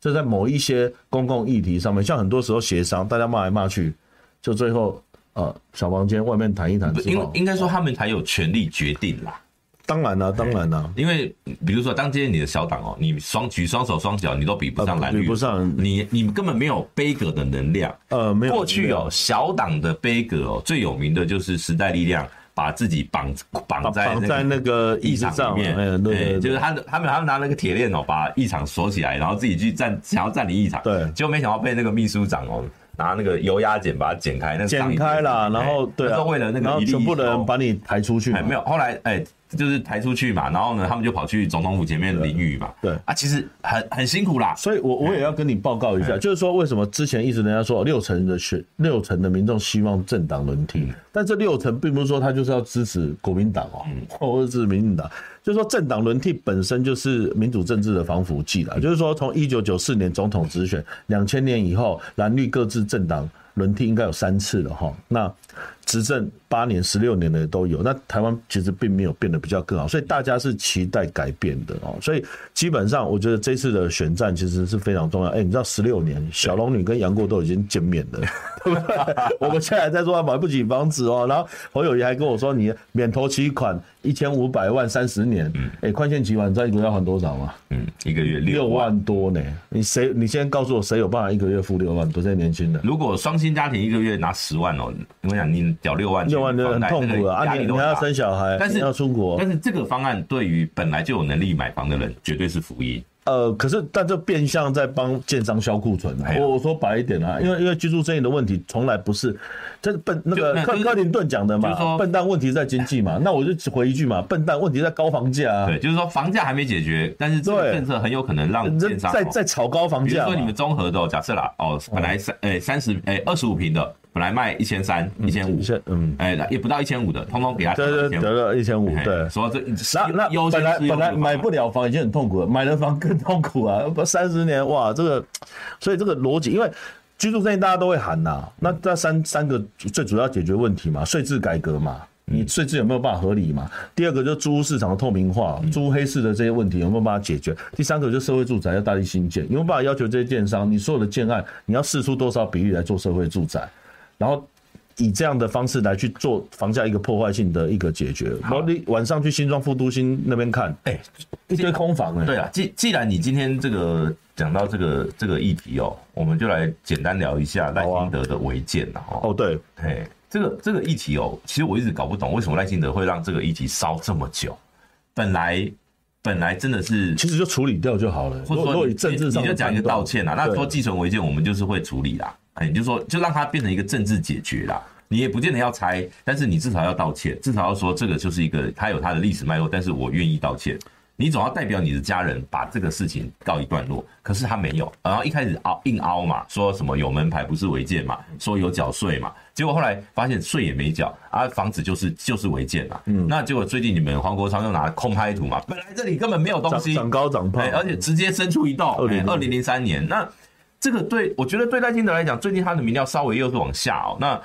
这在某一些公共议题上面，像很多时候协商，大家骂来骂去，就最后呃小房间外面谈一谈之
应
后，
应该说他们才有权利决定啦。
当然啦、当然啦、
因为比如说，当今天你的小党哦，你双举双手双脚，你都比不上
呃
蓝
比
绿，
不上
你，你根本没有杯葛的能量。
呃，没有
过去哦，小党的杯葛哦，最有名的就是时代力量把自己绑绑在
绑在那个
议
椅子
场
上，
里面，
哎，对对
哎
对，
就是他的他们他们拿那个铁链哦，把议场锁起来，然后自己去占，想要占领议场，
对
结果没想到被那个秘书长哦拿那个油压剪把它剪开，那个上
剪
瘾
开
哎
了，然后对
那时
啊，
候为了那
然
个
后
一粒
全部的人
哦
把你抬出去嘛，
哎，没有，后来哎，就是抬出去嘛，然后呢，他们就跑去总统府前面淋雨嘛。
对
啊，其实很很辛苦啦。
所以我我也要跟你报告一
哎
下，就是说为什么之前一直人家说六成的选六成的民众希望政党轮替，
嗯
但这六成并不是说他就是要支持国民党哦，
嗯
或者支持民进党，就是说政党轮替本身就是民主政治的防腐剂啦。
嗯
就是说从一九九四年总统直选，两千年以后蓝绿各自政党。轮替应该有三次了哈，那执政八年、十六年的都有。那台湾其实并没有变得比较更好，所以大家是期待改变的哦。所以基本上，我觉得这次的选战其实是非常重要。哎、你知道十六年，小龙女跟杨过都已经见面了， 对不对？我们现在还在说买不起房子哦，然后侯友谊还跟我说，你免头期款一千五百万三十年，哎、宽限期完，你知道一个月要还多少吗？
嗯，一个月嗯
六
六万。
万多呢。你谁？你现在告诉我，谁有办法一个月付六万多？这些年轻人。
如果双薪家庭一个月拿十万哦，我跟你讲，你缴六万，
六万就很痛苦了
那个
啊！
压
你
力
你
都
还
很
要
大
生小孩，
但是
你要出国
但，是这个方案对于本来就有能力买房的人，绝对是福音。
呃，可是但这变相在帮建商销库存啊
哎。呀
我我说白一点啊，因为因为居住正义的问题从来不是，这是笨那
就
个
那
克
就是
克林顿讲的
就是
嘛，
说
笨蛋问题在经济嘛。那我就只回一句嘛，笨蛋问题在高房价啊，
对，就是说房价还没解决，但是这
对
个政策很有可能让
这
建商
在
哦
在炒高房
比如
价
说你
嘛
们。综合的哦，假设啦，哦，本来三诶三十诶二十五平的，本来卖一千三、一千五
一，千嗯，
哎，也不到一千五的，通通给他
对对，
1500
得了一千五，
哎
对。
说这
那那
优
本
先
来
是用这
本来
个方
买
法
不了房已经很痛苦了， 买了房更痛苦啊！不三十年哇，这个，所以这个逻辑，因为居住正义大家都会喊呐、那这三三个最主要解决问题嘛，税制改革嘛。你税制有没有办法合理嘛？第二个就是租屋市场的透明化，租屋黑市的这些问题有没有办法解决？第三个就是社会住宅要大力新建，有没有办法要求这些建商，你所有的建案你要试出多少比例来做社会住宅？然后以这样的方式来去做房价一个破坏性的一个解决。然后你晚上去新庄副都心那边看，
哎
一堆空房哎、
对啊，既既然你今天这个讲到这个这个议题哦，我们就来简单聊一下赖
好啊
清德的违建啦哦。
哦对，
嘿，这个这个议题哦，其实我一直搞不懂为什么赖清德会让这个议题烧这么久。本来本来真的是，
其实就处理掉就好了。
或者
如果如
说
果
你
以政治上
你
的
就讲一个
判断
道歉啦。那
对
说继承违建，我们就是会处理啦。哎，你就说就让它变成一个政治解决啦。你也不见得要拆，但是你至少要道歉，至少要说这个就是一个它有它的历史脉络，但是我愿意道歉。你总要代表你的家人把这个事情告一段落，可是他没有，然后一开始凹硬凹嘛，说什么有门牌不是违建嘛，说有缴税嘛，结果后来发现税也没缴啊，房子就是就是违建嘛，嗯，那结果最近你们黄国昌又拿空拍图嘛，本来这里根本没有东
长
西，
长高长胖
哎，，而且直接伸出一道，哎
2003
二零零三年，那这个对我觉得对赖清德来讲，最近他的民调稍微又是往下哦。那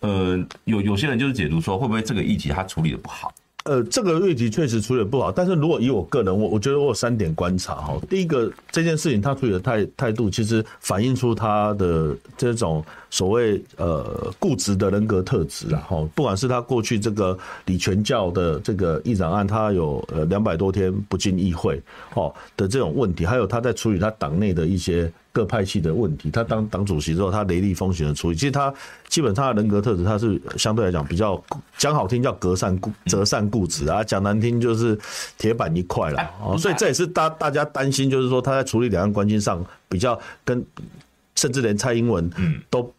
呃，有有些人就是解读说，会不会这个议题他处理的不好？
呃，这个议题确实处理得不好，但是如果以我个人，我我觉得我有三点观察哈。第一个，这件事情他处理的态态度，其实反映出他的这种所谓呃固执的人格特质啊。哈，不管是他过去这个李全教的这个议长案，他有呃两百多天不进议会哦的这种问题，还有他在处理他党内的一些各派系的问题。他当党主席之后，他雷厉风行的处理，其实他基本上他的人格特质，他是相对来讲比较讲好听叫隔善固折善固执啊，讲难听就是铁板一块了。
嗯
哦，所以这也是大大家担心，就是说他在处理两岸关系上比较跟，甚至连蔡英文都
嗯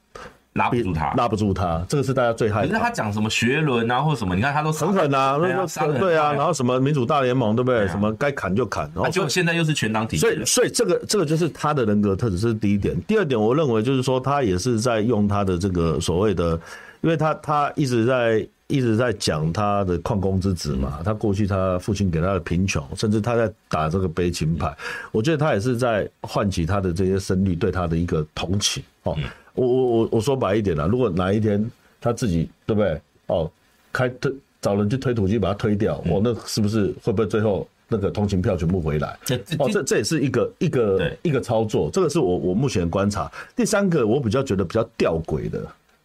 拉不住他。
拉不住他，这个是大家最害
可是
怕。
他讲什么学伦啊，或什么，你看他都
狠狠啊，
对啊
那
杀得
个
很
对啊，
快
然后什么民主大联盟，对不对？
对啊
什么该砍就砍，然后
啊，就现在又是全党体
所
制
以，
了，
所以这个这个就是他的人格特质，这是第一点。第二点，我认为就是说，他也是在用他的这个所谓的，因为他他一直在一直在讲他的矿工之子嘛，他过去他父亲给他的贫穷，甚至他在打这个悲情牌，我觉得他也是在唤起他的这些声律对他的一个同情哦。
嗯
我我我我说白一点啦，如果哪一天他自己对不对哦，开推找人去推土机把它推掉，
嗯
我、那是不是会不会最后那个通勤票全部回来？
这这
哦，这这也是一个一个
对
一个操作，这个是我我目前的观察。第三个，我比较觉得比较吊诡的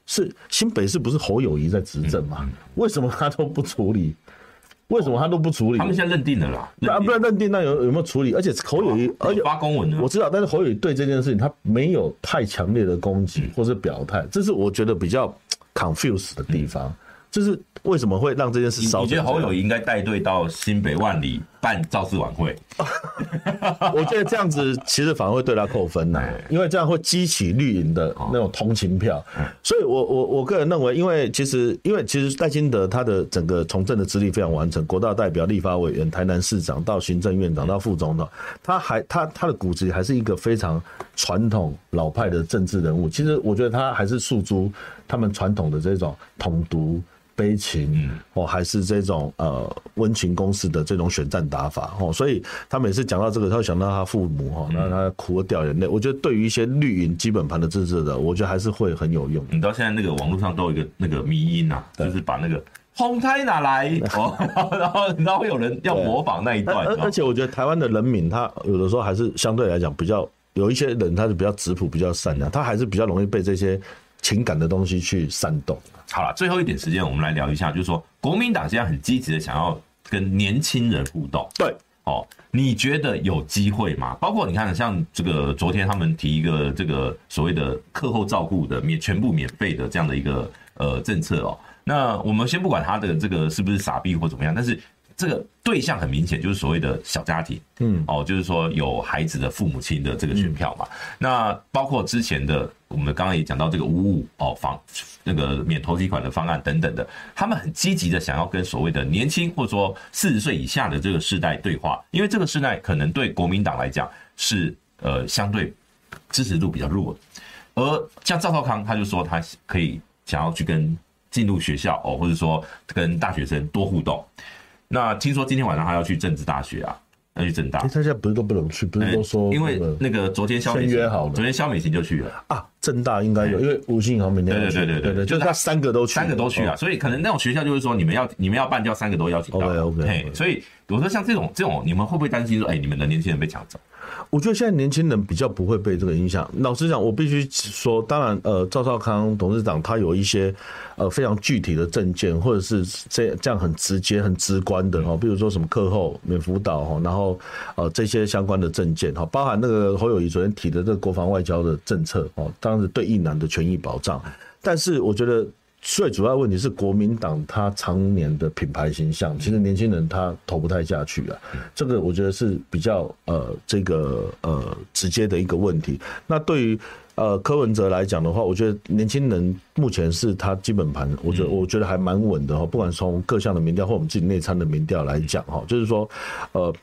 是，新北市不是侯友谊在执政
嗯
嘛？为什么他都不处理？为什么他都不处理？
他们现在认定了啦，
啊，
认定
不然认定那有有没有处理？而且侯友谊，而且
有发公文了
我，知道，但是侯友宜对这件事情他没有太强烈的攻
嗯
击或是表态，这是我觉得比较 confuse 的地方，就是为什么会让这件事
嗯你
烧？
你觉得侯友？宜应该带队到新北万里办造势晚会？
我觉得这样子其实反而会对他扣分呐、因为这样会激起绿营的那种同情票。所以我我我个人认为，因为其实因为其实戴金德他的整个从政的资历非常完整，国大代表、立法委员、台南市长到行政院长到副总统，他还他他的骨子里还是一个非常传统老派的政治人物。其实我觉得他还是诉诸他们传统的这种统独。悲
嗯
情哦，还是这种呃温情攻势的这种选战打法哦，所以他每次讲到这个，他会想到他父母哈，
嗯
那、他哭得掉眼泪。我觉得对于一些绿营基本盘的支持者，我觉得还是会很有用。
你知道现在那个网络上都有一个那个迷音啊，就是把那个红胎拿来，哦， 然后然后会有人要模仿那一
而
段，哦
而
你知道
而
吗
且我觉得台湾的人民，他有的时候还是相对来讲比较有一些人，他是比较质朴、比较善良，他还是比较容易被这些情感的东西去煽动。
好了，最后一点时间，我们来聊一下，就是说国民党现在很积极的想要跟年轻人互动。
对，
哦，你觉得有机会吗？包括你看，像这个昨天他们提一个这个所谓的课后照顾的免全部免费的这样的一个呃政策哦。那我们先不管他的这个是不是傻逼或怎么样，但是这个对象很明显就是所谓的小家庭，
嗯，
哦，就是说有孩子的父母亲的这个选票嘛。那包括之前的我们刚刚也讲到这个五五哦房那个免投机款的方案等等的，他们很积极的想要跟所谓的年轻或者说四十岁以下的这个世代对话，因为这个世代可能对国民党来讲是呃相对支持度比较弱的。而像赵少康，他就说他可以想要去跟进入学校哦，或者说跟大学生多互动。那听说今天晚上他要去政治大学啊，要去政大
哎诶他。现在不是都不能去，不是都说、
哎因为
那个
那个昨天肖美
签
琴
约好了
昨天肖美琴就去了，
啊，正大应该有，因为吴信豪明天要去
对对对对对
对
就
就是是他三个都去，
三个都去啊，
哦。
所以可能那种学校就是说，你们要你们要办，就要三个都邀请到。
OK，OK，
嘿
OK
所以我说像这种这种，你们会不会担心说，哎，你们的年轻人被抢走？
我觉得现在年轻人比较不会被这个影响。老实讲，我必须说，当然，呃，赵少康董事长他有一些呃非常具体的证件，或者是这这样很直接、很直观的哦，比如说什么课后免辅导哈，哦然后呃这些相关的证件哈，哦包含那个侯友谊昨天提的这个国防外交的政策哦，当时对一男的权益保障，但是我觉得。最主要的问题是国民党他常年的品牌形象，其实年轻人他投不太下去啊，这个我觉得是比较呃这个呃直接的一个问题。那对于呃柯文哲来讲的话，我觉得年轻人目前是他基本盘，我觉得我觉得还蛮稳的哈，不管从各项的民调或我们自己内参的民调来讲哈，就是说呃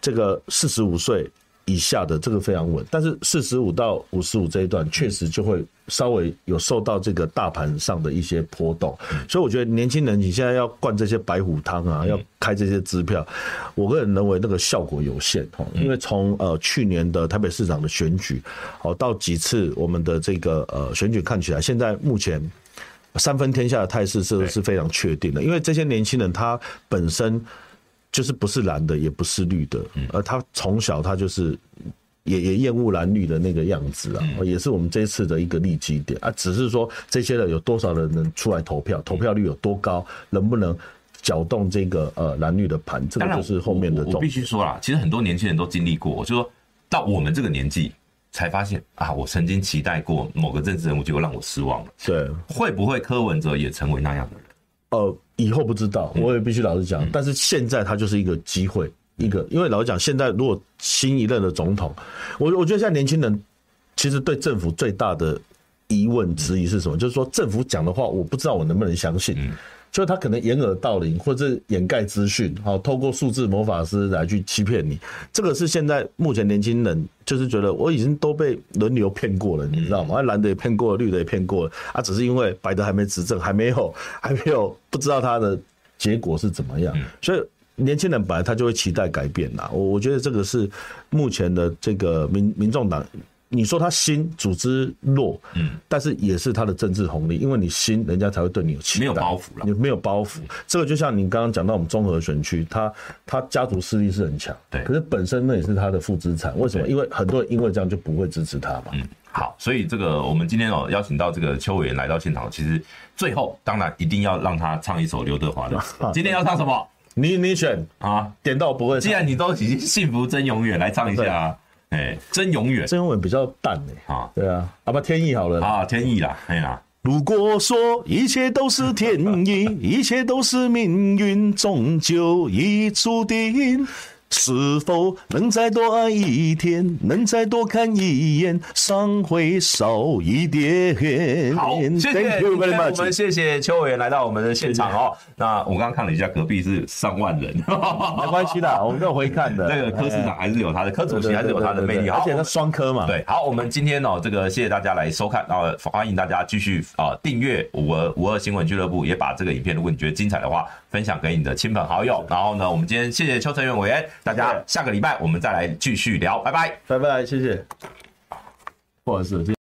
这个四十五岁以下的这个非常稳，但是四十五到五十五这一段确实就会稍微有受到这个大盘上的一些波动，所以我觉得年轻人你现在要灌这些白虎汤啊，要开这些支票，我个人认为那个效果有限哦，因为从呃去年的台北市长的选举，哦到几次我们的这个呃选举看起来，现在目前三分天下的态势是是非常确定的，因为这些年轻人他本身就是不是蓝的，也不是绿的，
嗯
而他从小他就是也也厌恶蓝绿的那个样子啊，
嗯
也是我们这一次的一个利基点啊。只是说这些人有多少人能出来投票，投票率有多高，能不能搅动这个呃蓝绿的盘，这个
当然
就是后面的
我我
重
我必须说啦，其实很多年轻人都经历过，就说到我们这个年纪，才发现啊，我曾经期待过某个政治人物，结果让我失望了。
对，
会不会柯文哲也成为那样的人？
呃，以后不知道，我也必须老实讲。但是现在它就是一个机会，一个因为老实讲，现在如果新一任的总统，我我觉得现在年轻人其实对政府最大的疑问质疑是什么？就是说政府讲的话，我不知道我能不能相信。就是他可能掩耳盗铃，或者是掩盖资讯，好、透过数字魔法师来去欺骗你。这个是现在目前年轻人就是觉得我已经都被轮流骗过了，你知道吗？啊蓝的也骗过了，绿的也骗过了，啊，只是因为白的还没执政，还没有还没有不知道他的结果是怎么
嗯
样，所以。年轻人本来他就会期待改变啦，我我觉得这个是目前的这个民民众党你说他新组织弱，嗯，但是也是他的政治红利，因为你新，人家才会对你有期待，
没有包袱啦嗯
你没有包袱。这个就像你刚刚讲到我们综合选区，他他家族势力是很强，
对
可是本身那也是他的负资产，为什么？因为很多人因为这样就不会支持他嘛。
嗯，好，所以这个我们今天哦邀请到这个邱委员来到现场，其实最后当然一定要让他唱一首刘德华的。 今天要唱什么
你你选
啊？
点到不会
既
唱，
然你都已经幸福真永远，来唱一下啊！哎，真永远
郑文文比较淡哎、
啊
对啊，啊不天意好了。
啊，天意啦，哎呀，
如果说一切都是天 意，一切都是命运，终究已注定。是否能再多爱一天，能再多看一眼，伤会少一点？
好，谢谢
Thank you
我
very
们
much。
谢谢邱委员来到我们的现场哦。那我刚刚看了一下，隔壁是上万人，
没关系的，我们都有回看的。 哎
那个柯市长还是有他的，柯主席还是有他的魅力。
而
好，
且他双科嘛。
对，好，我们今天哦，这个谢谢大家来收看，啊、欢迎大家继续啊、订阅五二五二新闻俱乐部，也把这个影片，如果你觉得精彩的话，分享给你的亲朋好友。然后呢，我们今天谢谢邱成员委员，大家
对
下个礼拜我们再来继续聊，拜拜。
拜拜，谢谢。不好意思，谢谢。